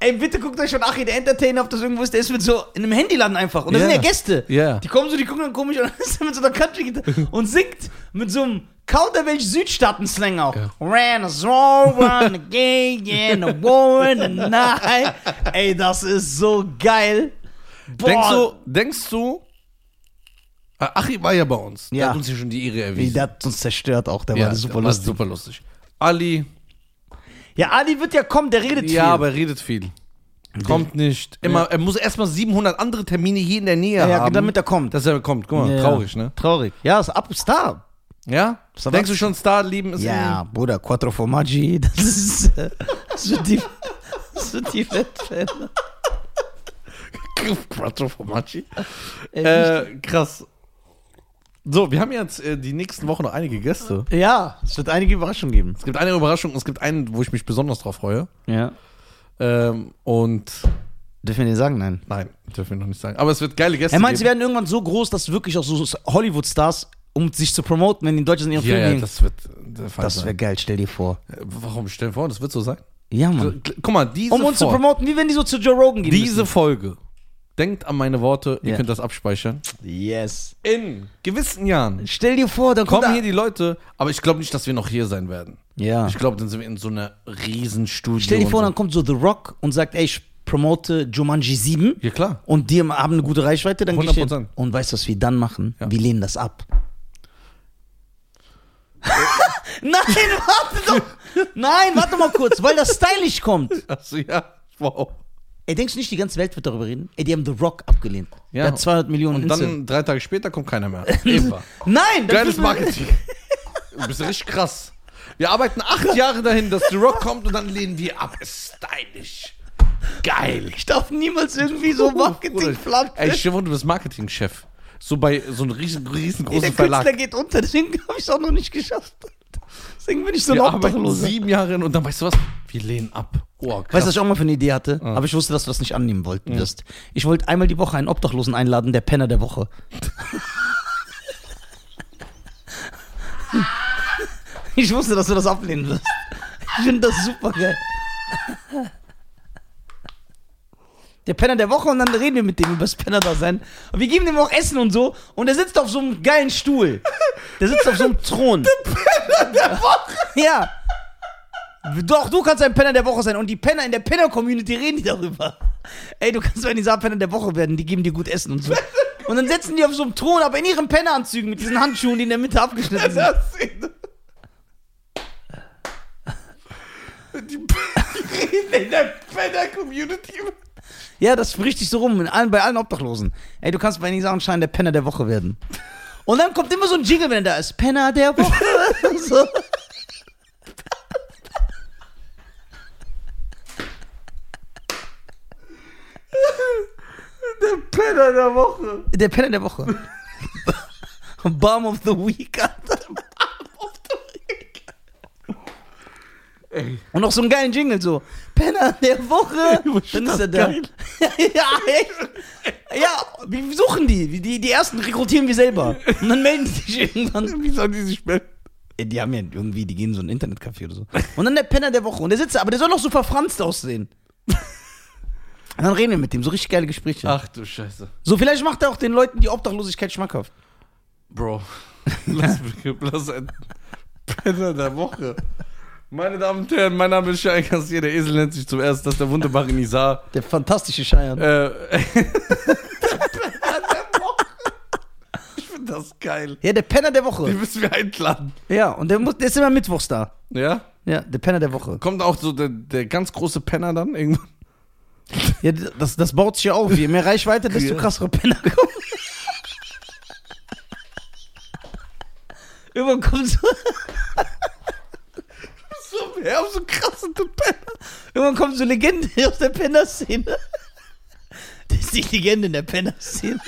Ey, bitte guckt euch von Achid der Entertainer, ob das irgendwo ist. Der ist mit so in einem Handyladen einfach. Und da
Ja.
sind ja Gäste.
Ja.
Die kommen so, die gucken dann komisch und dann (laughs) ist er mit so einer country und singt mit so einem Counterwelch Südstaaten-Slang auch.
Ja.
Ran us over and again, yeah, and a war and a night. Ey, das ist so geil. Boah.
Denkst du, denkst du, äh, Achi war ja bei uns. Der
Ja.
hat uns ja schon die Ehre
Wie,
erwiesen.
der hat uns zerstört auch, der
ja,
war super
der war
lustig.
super lustig. Ali,
Ja, Ali wird ja kommen, der redet
ja,
viel.
aber er redet viel. Kommt nicht. Immer, er muss erstmal 700 andere Termine hier in der Nähe
Ja, ja,
haben.
damit er kommt.
dass er kommt. Guck mal,
Ja.
traurig, ne?
Traurig. Ja, ist ab Star.
Ja?
Sag mal.
Denkst du schon, Star lieben ist
Ja, Bruder, Quattro Formaggi, (laughs) das ist. äh, Das wird die, das wird die Wettfälle.
(laughs) Quattro Formaggi?
Äh,
Äh, krass. So, wir haben jetzt äh, die nächsten Wochen noch einige Gäste.
ja, es wird einige Überraschungen geben.
Es gibt eine Überraschung und es gibt einen, wo ich mich besonders drauf freue.
Ja.
Ähm, und
Dürfen wir dir sagen? Nein.
Nein, dürfen wir noch nicht sagen. Aber es wird geile Gäste
Er meint, sie
geben.
werden irgendwann so groß, dass wirklich auch so Hollywood-Stars, um sich zu promoten, wenn die in Deutschland ihren
Ja,
Film
ja,
gehen.
das wird der Fall
Das wäre
sein.
geil, stell dir vor.
Äh, Warum? Stell dir vor, das wird so sein.
Ja,
So,
Mann.
Guck mal, diese
Um uns zu
Folge-
promoten, wie wenn die so zu Joe Rogan gehen.
Diese Folge. Denkt an meine Worte, ihr
Ja.
könnt das abspeichern.
müssen. Yes.
In gewissen Jahren
Stell dir vor, dann kommt
kommen
da-
hier die Leute, aber ich glaube nicht, dass wir noch hier sein werden.
Ja.
Ich glaube, dann sind wir in so einer Riesenstudie.
Stell dir vor,
und
dann
so.
kommt so The Rock und sagt, ey, ich promote Jumanji 7
Ja, klar.
und die haben eine gute Reichweite, dann geh ich hin.
100%.
Und weißt du, was wir dann machen?
Ja.
Wir lehnen das
(laughs)
ab. Nein, warte doch! Nein, warte mal kurz, weil das stylisch kommt.
Also, ja, wow.
Ey, denkst du nicht, die ganze Welt wird darüber reden? Ey, die haben The Rock abgelehnt.
Ja.
Der hat 200 Millionen
Und
Insta-
dann drei Tage später kommt
(laughs)
keiner mehr. Eva.
Nein! das
Geiles
müssen wir-
Marketing. Du bist richtig krass. Wir arbeiten
(laughs)
acht Jahre dahin, dass The Rock kommt und dann lehnen wir ab. Stylisch. Geil.
Ich darf niemals irgendwie so Marketing flammen.
Ey, stell dir vor, du bist Marketingchef. So bei so einem riesen, riesengroßen
Der
Verlag.
Künstler geht unter, deswegen habe ich es auch noch nicht geschafft. Deswegen bin ich so ein
Wir arbeiten
Obdachloser.
sieben Jahre hin und dann weißt du was? Wir lehnen ab. Oh, krass.
Weißt du, was ich auch mal für eine Idee hatte? Aber ich wusste, dass du das nicht annehmen wollt, wirst. Ich wollte einmal die Woche einen Obdachlosen einladen, der Penner der Woche. ich wusste, dass du das ablehnen wirst. Ich finde das super geil. Der Penner der Woche und dann reden wir mit dem über das Penner da sein. Und wir geben dem auch Essen und so. Und er sitzt auf so einem geilen Stuhl. Der sitzt auf so einem Thron. Ja. Doch, du kannst ein Penner der Woche sein. Und die Penner in der Penner-Community reden die darüber. Ey, du kannst Vanessa Penner der Woche werden, die geben dir gut Essen und so. Und dann sitzen die auf so einem Thron, aber in ihren Penneranzügen mit diesen Handschuhen, die in der Mitte abgeschnitten sind.
das sehen? Die reden in der Penner-Community.
Ja, das spricht dich so rum in allen, bei allen Obdachlosen. Ey, du kannst bei Nisa anscheinend der Penner der Woche werden. Und dann kommt immer so ein Jingle, wenn er da ist. Penner der Woche. so.
Der Penner der Woche.
Der Penner der (laughs) Woche. Bomb of the Week, Alter. (laughs)
Ey.
Und noch so einen geilen Jingle, so. Penner der
(laughs)
Woche.
Ich
Dann
find
ist er da.
das geil.
(laughs) ja, echt. Ja, wir suchen die. Wir- Die, die ersten rekrutieren wir selber. Und dann melden die sich irgendwann.
(laughs) Wie sollen die sich melden?
Ja, Die haben ja irgendwie, die gehen in so ein Internetcafé oder so. Und dann der Penner der Woche. Und der sitzt da, aber der soll noch so verfranst
(laughs)
aussehen. Und dann reden wir mit dem, so richtig geile Gespräche.
Ach du Scheiße.
So, vielleicht macht er auch den Leuten die Obdachlosigkeit schmackhaft.
Bro, (laughs) lass mich lass ein Penner der Woche. Meine Damen und Herren, mein Name ist Schein Kassier. Der Esel nennt sich zum ersten. Das ist der wunderbare Nizar.
Der fantastische Scheiern.
Äh, (laughs) ich finde das geil.
Ja, der Penner der Woche.
Den müssen wir einladen.
Ja, und der, muss, der ist immer mittwochs da.
Ja?
Ja, der Penner der Woche.
Kommt auch so der, der ganz große Penner dann irgendwann.
Ja, das, das baut sich ja auf. Je mehr Reichweite, desto
Ja.
krassere Penner kommen. (laughs) Irgendwann kommt so,
So, wir haben so krasse Penner.
irgendwann kommt so Legende aus der Penner-Szene. (laughs) Das ist die Legende in der Penner-Szene.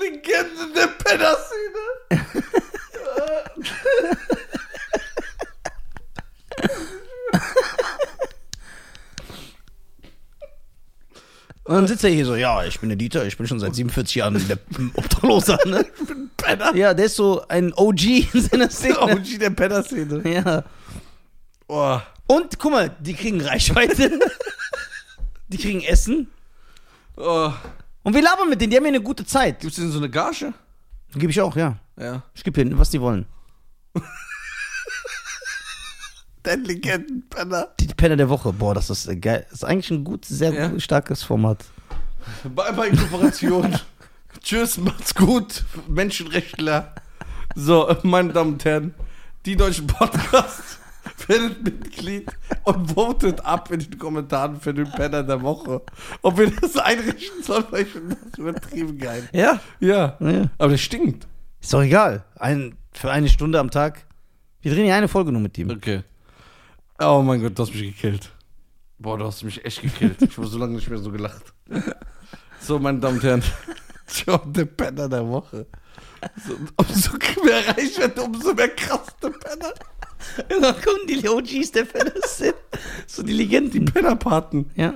Legende der Penner-Szene.
Und dann sitzt er hier so, ja, ich bin der Dieter, ich bin schon seit 47 Jahren der Obdachloser, ne?
Penner.
Ja, der ist so ein OG in (laughs) seiner
Der
Szene.
OG der Penner-Szene.
Ja.
Oh.
Und guck mal, die kriegen (laughs) Reichweite. die kriegen Essen.
Oh.
Und wir labern mit denen, die haben ja eine gute Zeit.
Gibt's denn so eine Gage?
Gebe ich auch, ja.
Ja.
Ich gebe denen, was die wollen.
Der Legendenpenner.
Die Penner der Woche, boah, das ist äh, geil. Das ist eigentlich ein gut, sehr
Ja.
gut, starkes Format.
Bye bye Kooperation. Tschüss, macht's gut, Menschenrechtler. So, äh, meine Damen und Herren, die deutschen Podcast (laughs) werdet Mitglied und votet ab in den Kommentaren für den Penner der Woche. Ob wir das einrichten sollen, weil ich finde das übertrieben geil.
Ja.
Ja,
ja.
aber das stinkt.
Ist doch egal. Ein, für eine Stunde am Tag. Wir drehen ja eine Folge nur mit (laughs) ihm.
Okay. Oh mein Gott, du hast mich gekillt. Boah, du hast mich echt gekillt. (laughs) Ich habe so lange nicht mehr so gelacht. So, meine Damen und Herren. John, der Penner der Woche. So, umso mehr reich wird, umso mehr krass der Penner.
Und dann kommen die OGs der Fans hin. So die Legenden.
Pennerpaten.
Ja.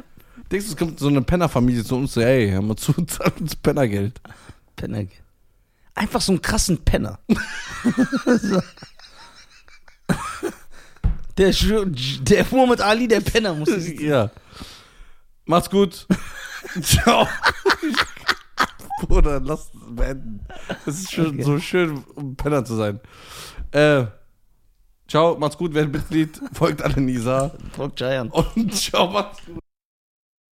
Denkst du, es kommt so eine Pennerfamilie zu uns, so, ey, hör mal zu, (laughs) zahl uns Pennergeld.
Penner. Einfach so einen krassen Penner. (laughs) so. Der, schwör- der Muhammad Ali, der Penner muss es
ja. Macht's gut. (laughs) Ciao. Bruder, lass es beenden. Es ist schon
Okay.
so schön, um Penner zu sein. Äh, ciao, macht's gut, werdet Mitglied, folgt alle Nisa
Frau Giant.
und (laughs) ciao, macht's gut.